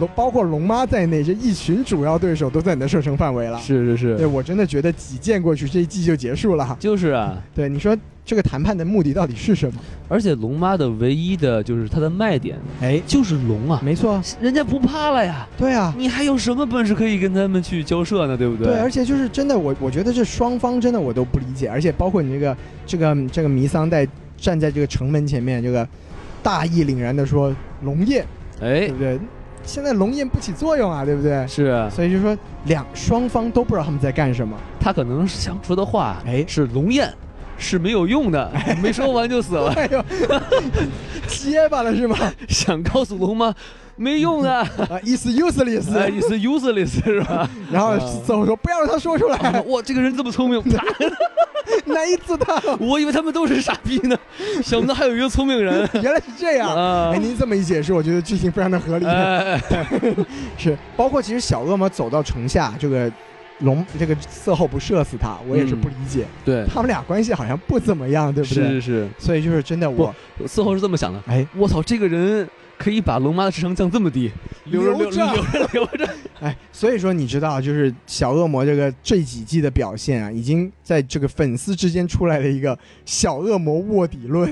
S1: 龙包括龙妈在内，这一群主要对手都在你的射程范围了。
S2: 是是
S1: 对
S2: 是，
S1: 我真的觉得几箭过去，这一季就结束了。
S2: 就是啊。
S1: 对，你说这个谈判的目的到底是什么？
S2: 而且龙妈的唯一的就是它的卖点
S1: 哎，
S2: 就是龙啊，
S1: 没错，
S2: 人家不怕了呀，
S1: 对啊，
S2: 你还有什么本事可以跟他们去交涉呢？对不对？
S1: 对，而且就是真的，我我觉得这双方真的我都不理解，而且包括你这个这个这个弥桑代站在这个城门前面，这个大义凛然的说龙焰，对
S2: 哎，
S1: 不对？现在龙焰不起作用啊，对不对？
S2: 是啊
S1: 所以就说两双方都不知道他们在干什么，
S2: 他可能想说的话
S1: 哎
S2: 是龙焰。是没有用的，没说完就死了。
S1: 哎呦， 结巴了是吗？
S2: 想告诉龙妈没用 的
S1: 啊，is useless。
S2: ，is useless 哎是 吧？
S1: 然后
S2: 啊
S1: 最后说不要让他说出来，
S2: 哇，啊这个人这么聪 明，啪
S1: 难以自大。
S2: 我以为他们都是傻逼呢，想不到还有一个聪明 人
S1: 原来是这样。
S2: 啊
S1: 哎，！您这么一解释，我觉得剧情非常的合理。
S2: 哎，
S1: 是，包括其实小恶魔走到城下，这个龙这个色后不射死他，我也是不理解。
S2: 对，
S1: 他们俩关系好像不怎么样，对不对？
S2: 嗯是是
S1: 所以就是真的我，
S2: 是，似乎是这么想的。
S1: 哎
S2: 我操，这个人可以把龙妈的智商降这么低，留着
S1: 留
S2: 留
S1: 着
S2: 留着 留着，
S1: 哎，所以说你知道，就是小恶魔这个这几季的表现啊，已经在这个粉丝之间出来了一个小恶魔卧底 论，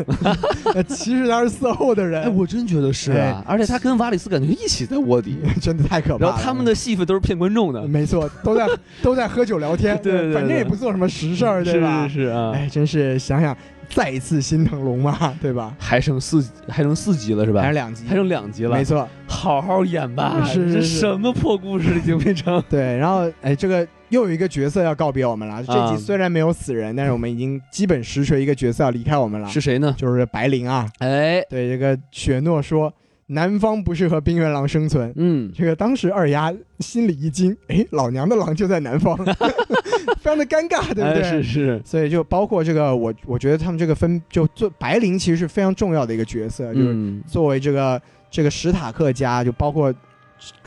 S1: 呃其实他是色后的人，
S2: 哎，我真觉得是啊，而且他跟瓦里斯感觉一起在卧底，
S1: 真的太可怕了。
S2: 然后他们的戏份都是骗观众的，
S1: 没错，都在都在喝酒聊天，
S2: 对对对
S1: 反正也不做什么实事儿，对吧？
S2: 是是是啊，
S1: 哎，真是想想再一次心疼龙妈， 对吧？
S2: 还剩四还剩四集了是吧
S1: 还？是两集，
S2: 还剩两集了
S1: 没，错，
S2: 好好演吧，
S1: 是是
S2: 这
S1: 是
S2: 什么破故事已经 变成
S1: 对。然后哎，这个又有一个角色要告别我们了。这集
S2: 嗯
S1: 虽然没有死人，但是我们已经基本实锤一个角色要离开我们了，
S2: 是谁呢？
S1: 就是白灵啊。
S2: 哎，
S1: 对这个雪诺说，南方不适合冰原狼生存。
S2: 嗯，
S1: 这个当时二丫心里一惊，哎，老娘的狼就在南 方， 非常的尴尬，对不对？
S2: 哎是是，
S1: 所以就包括这个，我我觉得他们这个分就做白灵其实是非常重要的一个角色，就是
S2: 嗯
S1: 作为这个这个史塔克家，就包括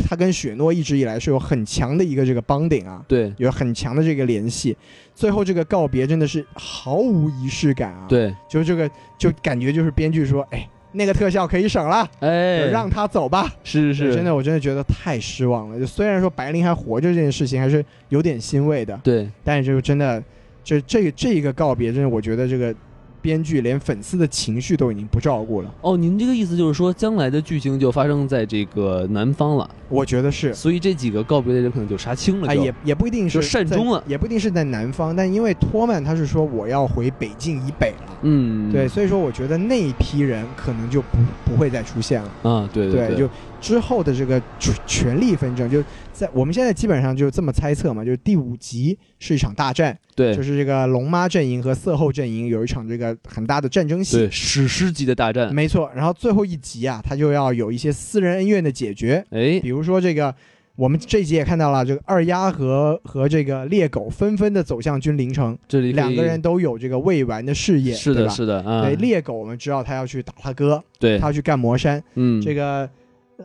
S1: 他跟雪诺一直以来是有很强的一个这个 bonding 啊，
S2: 对
S1: 有很强的这个联系。最后这个告别真的是毫无仪式感啊，，
S2: 对，
S1: 就是这个就感觉就是编剧说，哎，那个特效可以省了，
S2: 哎，
S1: 就让他走吧。
S2: 是是
S1: 真的，我真的觉得太失望了。就虽然说白灵还活着这件事情还是有点欣慰的，
S2: 对，
S1: 但是就真的，这这这一个告别，真的我觉得这个编剧连粉丝的情绪都已经不照顾了。
S2: 哦，您这个意思就是说，将来的剧情就发生在这个南方了，
S1: 我觉得是，
S2: 所以这几个告别的人可能就杀青了
S1: 哎，
S2: 就，
S1: 也也不一定是
S2: 就善终了
S1: 在也不一定是在南方，但因为托曼他是说我要回北境以北了。
S2: 嗯，
S1: 对，所以说我觉得那一批人可能就不不会再出现了。
S2: 啊，对对，
S1: 就之后的这个权权力纷争，就在我们现在基本上就这么猜测嘛，就是第五集是一场大战，
S2: 对
S1: 就是这个龙妈阵营和色后阵营有一场这个很大的战争戏。嗯
S2: 对史诗级的大战，
S1: 没错，然后最后一集啊，他就要有一些私人恩怨的解决，
S2: 哎，
S1: 比如说这个，我们这一集也看到了，这个二丫和和这个猎狗纷纷的走向君临城，
S2: 这里可以
S1: 两个人都有这个未完的事业，
S2: 是
S1: 对
S2: 的，
S1: 吧？
S2: 是的啊
S1: 对，，猎狗我们知道他要去打他哥，
S2: 对，
S1: 他要去干魔山，
S2: 嗯，
S1: 这个。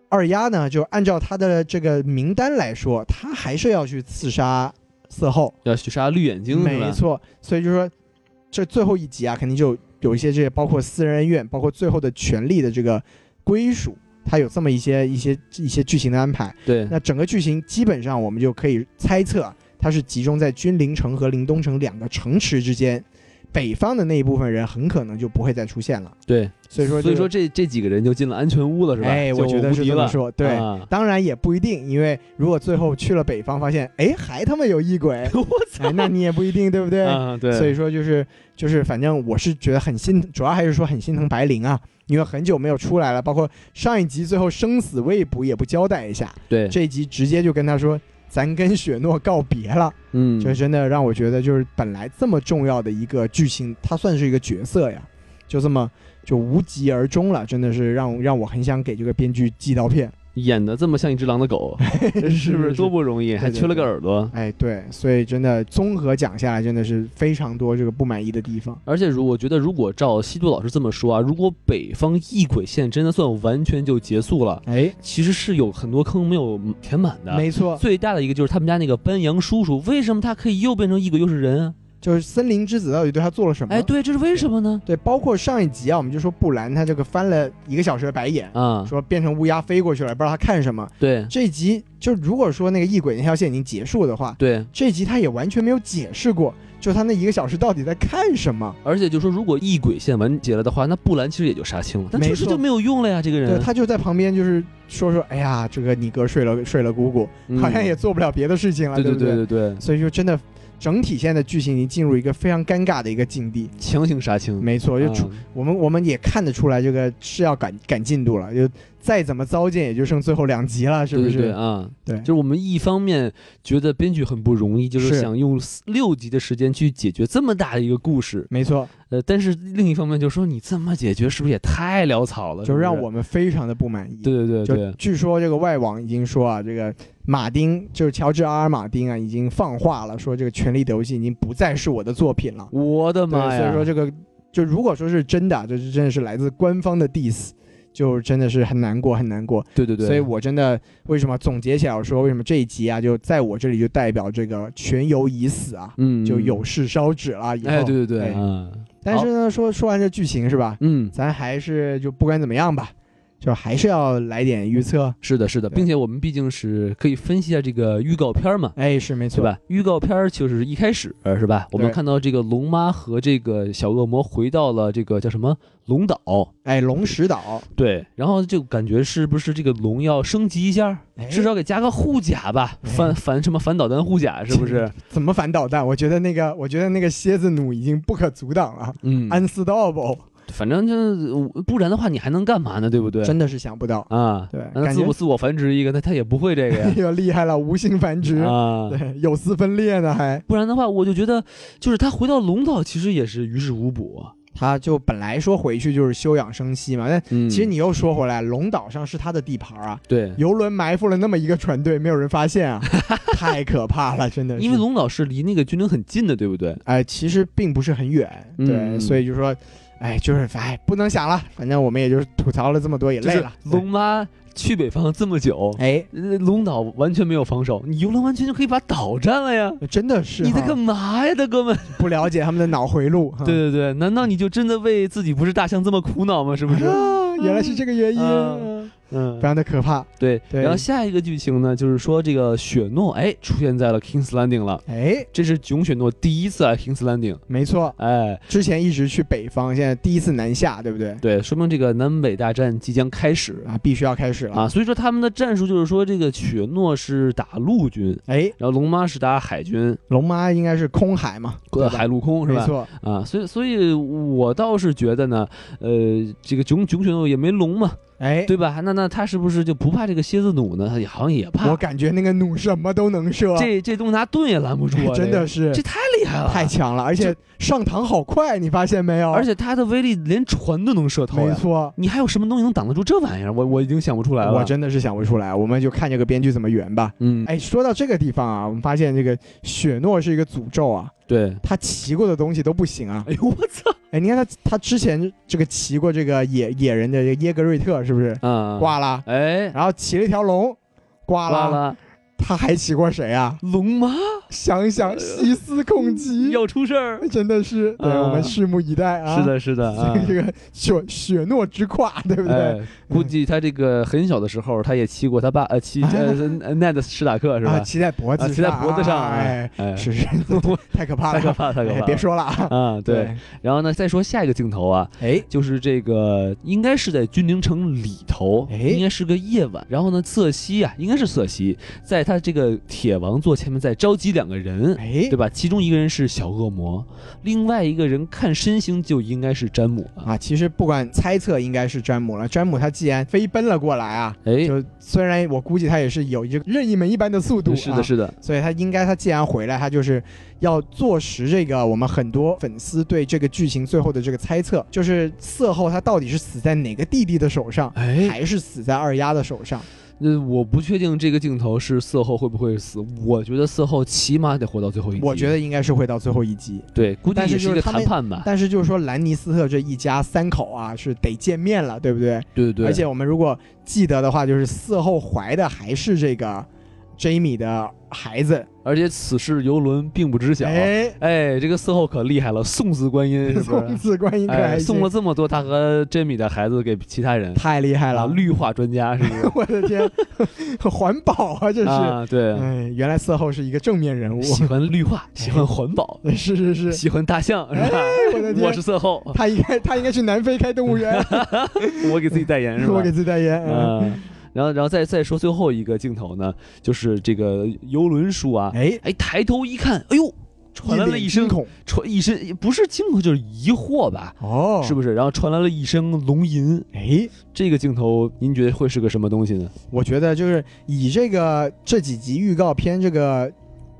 S1: 二丫呢，就按照他的这个名单来说，他还是要去刺杀色后，
S2: 要去杀绿眼睛，
S1: 没，错，所以就说这最后一集啊，肯定就有一些这些包括私人恩怨，包括最后的权力的这个归属，它有这么一些一些一些剧情的安排。
S2: 对，
S1: 那整个剧情基本上我们就可以猜测，它是集中在君临城和临冬城两个城池之间，北方的那一部分人很可能就不会再出现了。
S2: 对，
S1: 所以说、
S2: 所以说，这这几个人就进了安全屋了，是吧？
S1: 哎，我
S2: 就
S1: 觉得
S2: 无
S1: 是
S2: 敌
S1: 这么
S2: 了，
S1: 说，对。
S2: 啊
S1: 当然也不一定，因为如果最后去了北方，发现哎还他妈有异 鬼，
S2: 我操，
S1: 哎那你也不一定，对不对？
S2: 啊，对，
S1: 所以说就是就是，反正我是觉得很心，主要还是说很心疼白灵啊，因为很久没有出来了，包括上一集最后生死未卜也不交代一下，
S2: 对，
S1: 这一集直接就跟他说。咱跟雪诺告别了，
S2: 嗯，
S1: 这真的让我觉得，就是本来这么重要的一个剧情，它算是一个角色呀，就这么就无疾而终了，真的是让让我很想给这个编剧寄刀片。
S2: 演的这么像一只狼的 狗，这是不
S1: 是
S2: 是
S1: 是
S2: 多不容易？还
S1: 对
S2: 缺了
S1: 对
S2: 个耳朵。
S1: 哎，对，所以真的综合讲下来，真的是非常多这个不满意的地方。
S2: 而且如我觉得，如果照西渡老师这么说啊，如果北方异鬼线真的算完全就结束了，
S1: 哎，
S2: 其实是有很多坑没有填满的。
S1: 没错，
S2: 最大的一个就是他们家那个班扬叔叔，为什么他可以又变成异鬼又是人啊？
S1: 就是森林之子到底对他做了什么？
S2: 哎，对，这是为什么呢？
S1: 对，包括上一集啊，我们就说布兰他这个翻了一个小时的白眼，
S2: 啊，
S1: 说变成乌鸦飞过去了，不知道他看什么。
S2: 对
S1: 这一集就如果说那个异鬼那条线已经结束的话，
S2: 对，
S1: 这一集他也完全没有解释过，就他那一个小时到底在看什么。
S2: 而且就说如果异鬼线完结了的话，那布兰其实也就杀青了，但
S1: 没
S2: 确实
S1: 错
S2: 就没有用了呀，这个
S1: 对
S2: 人
S1: 他就在旁边就是说说，哎呀，这个你哥睡了睡了姑姑，
S2: 嗯
S1: 好像也做不了别的事情了，
S2: 对
S1: 不
S2: 对对对，
S1: 所以就真的整体现在的剧情已经进入一个非常尴尬的一个境地。
S2: 强行杀青，
S1: 没错，就出
S2: 嗯
S1: 我们我们也看得出来，这个是要赶赶进度了，就再怎么糟践，也就剩最后两集了，是不
S2: 对
S1: 是？
S2: 对对啊，
S1: 对
S2: 就是我们一方面觉得编剧很不容易，就是
S1: 是
S2: 想用四六集的时间去解决这么大的一个故事，
S1: 没错，
S2: 呃，但是另一方面就说你这么解决是不是也太潦草了？
S1: 就是
S2: 不
S1: 让
S2: 是
S1: 我们非常的不满意。
S2: 对对对
S1: 就
S2: 对，
S1: 据说这个外网已经说啊，这个马丁就是乔治 R R 马丁啊，已经放话了，说这个《权力的游戏》已经不再是我的作品了。
S2: 我的
S1: 对，
S2: 妈呀！
S1: 所以说这个就如果说是真的啊，这是真的是来自官方的 diss，就真的是很难过，很难过。
S2: 对对对，
S1: 所以我真的为什么总结起来我说，为什么这一集啊，就在我这里就代表这个全游已死啊，
S2: 嗯
S1: 就有事烧纸了。以后，
S2: 哎，对对对，
S1: 哎
S2: 嗯，
S1: 但
S2: 好
S1: 是呢，说说完这剧情是吧，
S2: 嗯。
S1: 咱还是就不管怎么样吧，就还是要来点预测。
S2: 是的，是的，
S1: 对
S2: 并且我们毕竟是可以分析一下这个预告片嘛，
S1: 哎，是没
S2: 对
S1: 错，
S2: 吧？预告片儿就是一开始呃是吧？我们
S1: 对
S2: 看到这个龙妈和这个小恶魔回到了这个叫什么龙岛，
S1: 哎，龙石岛，
S2: 对，然后就感觉是不是这个龙要升级一下，
S1: 哎
S2: 至少给加个护甲吧，
S1: 哎
S2: 反反什么反导弹护甲是不是？
S1: 怎么反导弹？我觉得那个，我觉得那个蝎子弩已经不可阻挡了、
S2: 嗯，
S1: u n s t o p a b l e
S2: 反正就是呃不然的话你还能干嘛呢？对不对？
S1: 真的是想不到，
S2: 啊，
S1: 对
S2: 那
S1: 感
S2: 自
S1: 觉
S2: 我自我繁殖一个，那他也不会这 个呀
S1: 又厉害了，无性繁殖，
S2: 啊。
S1: 对，有丝分裂呢还。
S2: 不然的话，我就觉得，就是他回到龙岛其实也是于事无补啊。
S1: 他就本来说回去就是休养生息嘛，但
S2: 嗯
S1: 其实你又说回来，龙岛上是他的地盘啊，
S2: 对，
S1: 游轮埋伏了那么一个船队，没有人发现 啊，太可怕了，真的是。
S2: 因为龙岛是离那个军营很近的，对不对？
S1: 哎，其实并不是很远，
S2: 嗯
S1: 对，所以就说，哎，就是哎，不能想了，反正我们也就是吐槽了这么多，也
S2: 就
S1: 累
S2: 是
S1: 了。
S2: 龙妈去北方这么久，
S1: 哎，
S2: 呃龙岛完全没有防守，你游轮完全就可以把岛占了呀。
S1: 真的是
S2: 你在
S1: 哈
S2: 干嘛呀，大哥们？
S1: 不了解他们的脑回路，哈
S2: 对对对，难道你就真的为自己不是大象这么苦恼吗？是不是？
S1: 啊，原来是这个原因，
S2: 嗯嗯
S1: 非，常的可怕。
S2: 对。
S1: 对
S2: 然后下一个剧情呢，就是说这个雪诺哎出现在了 King's Landing 了，
S1: 哎，
S2: 这是囧雪诺第一次来 King's Landing，
S1: 没错，
S2: 哎，
S1: 之前一直去北方，现在第一次南下，对不对？
S2: 对，说明这个南北大战即将开始
S1: 啊，必须要开始了。
S2: 啊。所以说他们的战术就是说，这个雪诺是打陆军，
S1: 哎，
S2: 然后龙妈是打海军，
S1: 龙妈应该是空海嘛，
S2: 呃，
S1: 对吧
S2: 海陆空是
S1: 没
S2: 吧？
S1: 错，
S2: 啊，所以所以我倒是觉得呢，呃，这个囧囧雪诺也没龙嘛，
S1: 哎，
S2: 对吧？那那他是不是就不怕这个蝎子弩呢？他也好像也
S1: 我
S2: 怕。
S1: 感觉那个弩什么都能射，
S2: 这这东西拿盾也拦不住 啊！
S1: 真的
S2: 是，
S1: 是
S2: 这太厉害 了，
S1: 太强了，而且上膛好快，你发现没有？
S2: 而且它的威力连船都能射透
S1: 没
S2: 呀。
S1: 错，
S2: 你还有什么东西能挡得住这玩意儿？我我已经想不出来了。
S1: 我真的是想不出来，我们就看这个编剧怎么圆吧。
S2: 嗯，
S1: 哎，说到这个地方啊，我们发现这个雪诺是一个诅咒啊，
S2: 对。
S1: 他骑过的东西都不行啊。
S2: 哎呦我操！
S1: 哎，你看他他之前这个骑过这个野野人的这个耶格瑞特是不是
S2: 啊，
S1: 挂了？
S2: 哎
S1: 然后骑了一条龙，挂
S2: 挂
S1: 了。
S2: 了，
S1: 他还骑过谁啊？
S2: 龙妈
S1: 想想细思恐极，哎
S2: 要出事儿。
S1: 真的是对、
S2: 啊
S1: 我们拭目以待啊。
S2: 是，的，是的 啊。
S1: 这个雪雪诺之胯，对不对？
S2: 哎，估计他这个很小的时候，他也骑过他爸呃骑呃奈德史塔克是
S1: 哎啊，
S2: 吧？
S1: 骑在脖子
S2: 啊，
S1: 上，
S2: 骑在脖子上，
S1: 啊哎，
S2: 哎，
S1: 是 是，太可怕
S2: 太
S1: 了，
S2: 可怕，太可
S1: 哎
S2: 怕，
S1: 别说了啊，
S2: 啊，对。，然后呢，再说下一个镜头啊，
S1: 哎，
S2: 就是这个应该是在军营城里头，
S1: 哎
S2: 应该是个夜晚。然后呢，瑟西啊，应该是瑟西，在他这个铁王座前面在召集两个人，
S1: 哎
S2: 对，吧？其中一个人是小恶魔，另外一个人看身形就应该是詹姆了。
S1: 啊，其实不管猜测，应该是詹姆了。詹姆他既然飞奔了过来啊，
S2: 哎，
S1: 就虽然我估计他也是有一个任意门一般的速度，啊
S2: 是的，，是的，
S1: 所以他应该他既然回来，他就是要坐实这个我们很多粉丝对这个剧情最后的这个猜测，就是色后他到底是死在哪个弟弟的手上，
S2: 哎，
S1: 还是死在二丫的手上？
S2: 那我不确定这个镜头是色后会不会死，我觉得色后起码得活到最后一集。
S1: 我觉得应该是会到最后一集。
S2: 对，估计
S1: 但是
S2: 也一
S1: 就
S2: 个
S1: 是他
S2: 谈
S1: 们
S2: 判吧。
S1: 但是就是说，兰尼斯特这一家三口啊，是得见面了，对不对？
S2: 对对对，
S1: 而且我们如果记得的话，就是嗣后怀的还是这个 Jamie 的孩子。
S2: 而且此事游轮并不知晓。哎
S1: 哎，
S2: 这个色后可厉害了，送子 观音是不
S1: 送
S2: 是？
S1: 子观音可
S2: 哎，
S1: 还
S2: 送了
S1: 行，
S2: 这么多他和珍米的孩子给其他人，
S1: 太厉害
S2: 啊，
S1: 了！
S2: 绿化专家是不是？
S1: 我的天， 环保啊，这是。
S2: 啊，对，
S1: 哎，原来嗣后是一个正面人物。
S2: 喜欢绿化，喜欢环保，
S1: 是是哎是，哎
S2: 喜欢大象是吧？
S1: 我的
S2: 我
S1: 天
S2: 是，色后，
S1: 他应该他应该去南非开动物园，
S2: 我给自己代 言是吧？
S1: 我给自己代言。嗯
S2: 嗯，然后然后再再说最后一个镜头呢，就是这个游轮叔啊，
S1: 哎，
S2: 哎，抬头一看，哎呦，传来了一声
S1: 脸惊恐
S2: 传一身不是惊恐就是疑惑吧，
S1: 哦，
S2: 是不是？然后传来了一声龙吟，
S1: 哎，
S2: 这个镜头您觉得会是个什么东西呢？
S1: 我觉得就是以这个这几集预告片这个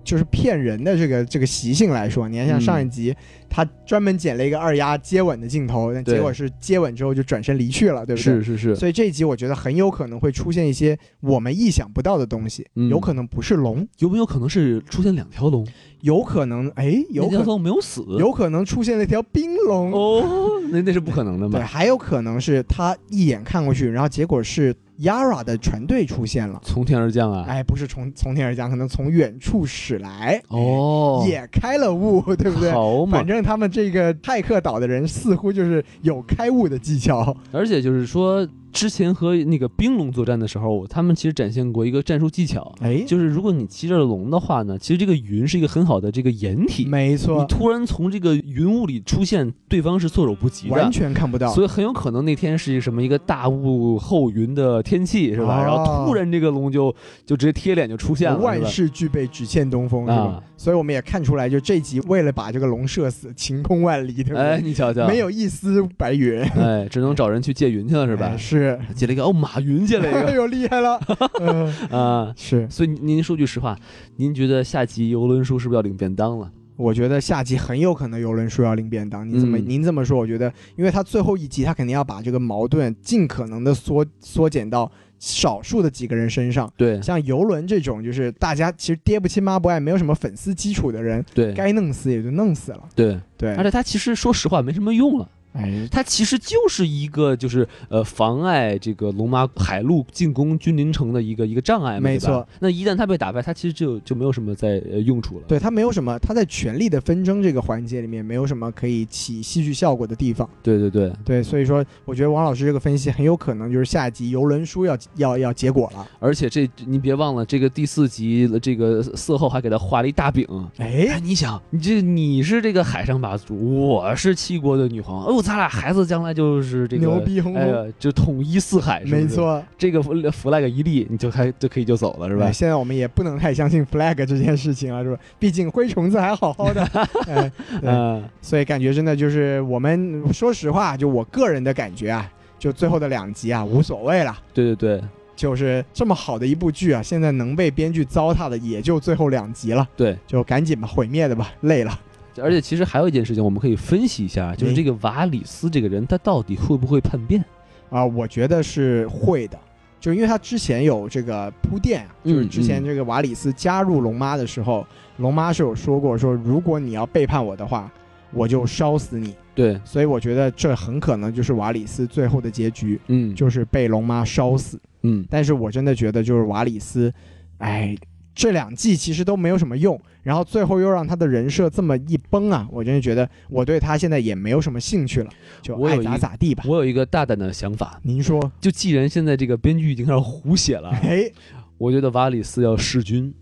S1: 就是骗人的这个这个习性来说，你看像
S2: 嗯
S1: 上一集、他专门剪了一个二丫接吻的镜头，但
S2: 对
S1: 结果是接吻之后就转身离去了，对不对？
S2: 是是是，
S1: 所以这一集我觉得很有可能会出现一些我们意想不到的东西，
S2: 嗯
S1: 有可能不是龙，
S2: 有没有可能是出现两条龙？
S1: 有可能哎，有
S2: 那条
S1: 可
S2: 龙没有死，
S1: 有可能出现了一条冰龙，
S2: 哦，那那是不可能的
S1: 对，
S2: 嘛。
S1: 还有可能是他一眼看过去，然后结果是 Yara 的船队出现了。
S2: 从天而降啊！
S1: 哎，不是从从天而降，可能从远处驶来，
S2: 哦，
S1: 也开了悟， 对不对？
S2: 好嘛
S1: 反！正他们这个泰克岛的人似乎就是有开悟的技巧。
S2: 而且就是说，之前和那个冰龙作战的时候，他们其实展现过一个战术技巧，
S1: 哎，
S2: 就是如果你骑着龙的话呢，其实这个云是一个很好的这个掩体，
S1: 没
S2: 你
S1: 错，
S2: 突然从这个云雾里出现，对方是措手不及的
S1: 完。全看不到。
S2: 所以很有可能那天是一个什么一个大雾后云的天气是吧？
S1: 哦
S2: 然后突然这个龙就就直接贴脸就出现了，
S1: 万
S2: 是
S1: 事俱备，只欠东风，
S2: 吧
S1: 是吧？
S2: 啊！
S1: 所以我们也看出来，就这集为了把这个龙射死，晴空万里，对不
S2: 哎，
S1: 对？
S2: 你瞧瞧，
S1: 没有 一丝白云，
S2: 哎，只能找人去借云去了是吧
S1: 哎？是，
S2: 借了一个哦，马云借了 一
S1: 哎
S2: 个
S1: 呦，厉害 了，嗯，
S2: 啊。
S1: 是。
S2: 所以您您说句实话，您觉得下集游轮叔是不是要领便当了？
S1: 我觉得下集很有可能游轮说要领便当。你怎么、
S2: 嗯
S1: 您这么说？我觉得，因为他最后一集，他肯定要把这个矛盾尽可能的缩缩减到少数的几个人身上。
S2: 对
S1: 像游轮这种，就是大家其实爹不亲妈不爱，没有什么粉丝基础的人，
S2: 对
S1: 该弄死也就弄死了。
S2: 对，
S1: 对，
S2: 而且他其实说实话没什么用了，
S1: 哎，
S2: 他其实就是一个就是呃妨碍这个龙马海陆进攻君临城的一个一个障碍嘛，
S1: 没
S2: 对吧
S1: 错。
S2: 那一旦他被打败，他其实就就没有什么在呃用处了。
S1: 对他没有什么，他在权力的纷争这个环节里面没有什么可以起戏剧效果的地方。
S2: 对对对，
S1: 对，所以说，我觉得王老师这个分析很有可能就是下一集游轮书要要要结果了。
S2: 而且这您别忘了，这个第四集这个色后还给他画了一大饼。
S1: 哎，
S2: 哎，你想，你这你是这个海上霸主，我是七国的女皇，哦，咱俩孩子将来就是这个
S1: 牛 逼哄哄
S2: 哎呀，就统一四海，是不是
S1: 没，错，
S2: 这个 flag 一立，你就开就可以就走了，是吧
S1: 哎？现在我们也不能太相信 flag 这件事情了，是吧？毕竟灰虫子还好好 的，哎，对
S2: 嗯，
S1: 所以感觉真的就是我们说实话，就我个人的感觉啊，就最后的两集啊无所谓了。
S2: 对对对
S1: 就是这么好的一部剧啊，现在能被编剧糟蹋的也就最后两集了，
S2: 对。
S1: 就赶紧吧，毁灭的吧，累了。
S2: 而且其实还有一件事情，我们可以分析一下，就是
S1: 嗯
S2: 这个瓦里斯这个人，他到底会不会叛变？
S1: 啊，我觉得是会的，就是因为他之前有这个铺垫啊，
S2: 嗯
S1: 就是之前
S2: 嗯
S1: 这个瓦里斯加入龙妈的时候，龙妈是有说过说，如果你要背叛我的话，我就烧死你。
S2: 对，
S1: 所以我觉得这很可能就是瓦里斯最后的结局，
S2: 嗯，
S1: 就是被龙妈烧死。
S2: 嗯，
S1: 但是我真的觉得就是瓦里斯，哎。这两季其实都没有什么用，然后最后又让他的人设这么一崩啊，我真的觉得我对他现在也没有什么兴趣了，就
S2: 我有
S1: 爱
S2: 一
S1: 咋
S2: 个
S1: 咋地吧。
S2: 我啊有一个大胆的想法，
S1: 您说，
S2: 就既然现在这个编剧已经开始胡写了，
S1: 哎，
S2: 我觉得瓦里斯要弑君，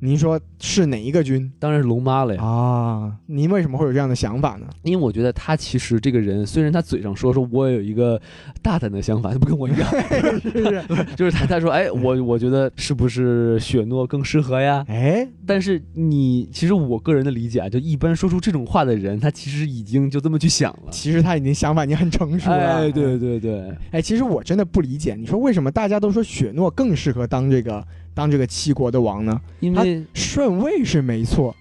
S1: 您说是哪一个军
S2: 当然是龙妈了呀。
S1: 啊？您为什么会有这样的想法呢？
S2: 因为我觉得他其实这个人，虽然他嘴上说说我有一个大胆的想法，他不跟我一样，
S1: 是不是？
S2: 就是他他说哎，我我觉得是不是雪诺更适合呀？
S1: 哎，
S2: 但是你其实我个人的理解啊，就一般说出这种话的人，他其实已经就这么去想了。
S1: 其实他已经想法已经很成熟了。
S2: 哎，对对对，
S1: 哎，其实我真的不理解，你说为什么大家都说雪诺更适合当这个当这个七国的王呢？
S2: 因为
S1: 顺位是没错，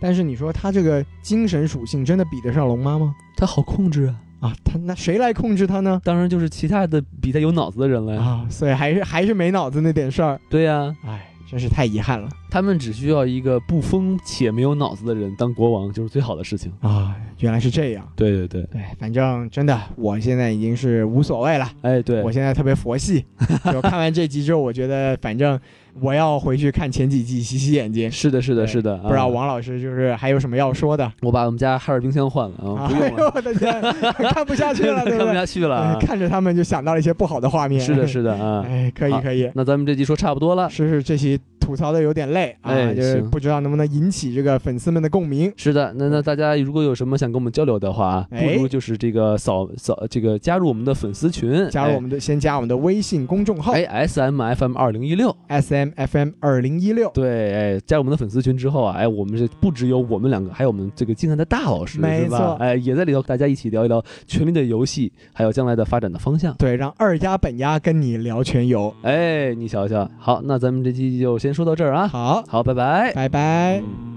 S1: 但是你说他这个精神属性真的比得上龙妈吗？
S2: 他好控制啊，
S1: 啊，他那谁来控制他呢？
S2: 当然就是其他的比他有脑子的人了呀。
S1: 啊，所以还是还是没脑子那点事儿，
S2: 对呀、
S1: 哎，真是太遗憾了
S2: 他们只需要一个不疯且没有脑子的人当国王，就是最好的事情。
S1: 啊！原来是这样。
S2: 对对对，
S1: 对，反正真的，我现在已经是无所谓了。
S2: 哎对，
S1: 我现在特别佛 系，就看完这集之后，我觉得反正我要回去看前几季洗洗眼睛。
S2: 是的，是的，
S1: 对
S2: 是的，
S1: 不知道
S2: 啊
S1: 王老师就是还有什么要说的？
S2: 我把我们家哈尔冰箱换了 啊，不
S1: 哎
S2: 用
S1: 呦
S2: 了，
S1: 我的天， 看不下去了，对
S2: 看
S1: 不
S2: 不
S1: 对？
S2: 下去了 啊
S1: 嗯。看着他们就想到了一些不好的画面。
S2: 是的，是的啊。
S1: 哎，可以
S2: 好
S1: 可以，
S2: 那咱们这集说差不多了，
S1: 是是，这期吐槽的有点累啊，
S2: 哎
S1: 就是
S2: 行
S1: 不知道能不能引起这个粉丝们的共鸣。
S2: 是的，那那大家如果有什么想跟我们交流的话，啊
S1: 嗯
S2: 不
S1: 哎
S2: 如就是这个扫扫这个加入我们的粉丝群，
S1: 加入我们的，先加我们的微信公众号
S2: 哎 S M F M 二零一六，
S1: S M F M 二零一六，
S2: 对，哎，加入我们的粉丝群之后啊，哎，我们这不只有我们两个，还有我们这个敬爱的大老师，
S1: 没
S2: 是吧
S1: 错
S2: 哎，也在里头，大家一起聊一聊《权力的游戏》，还有将来的发展的方向。
S1: 对，让二丫本丫跟你聊全游。
S2: 哎，你瞧瞧，好，那咱们这期就先说到这儿啊，
S1: 好，
S2: 好，拜拜。
S1: 拜拜。
S2: 嗯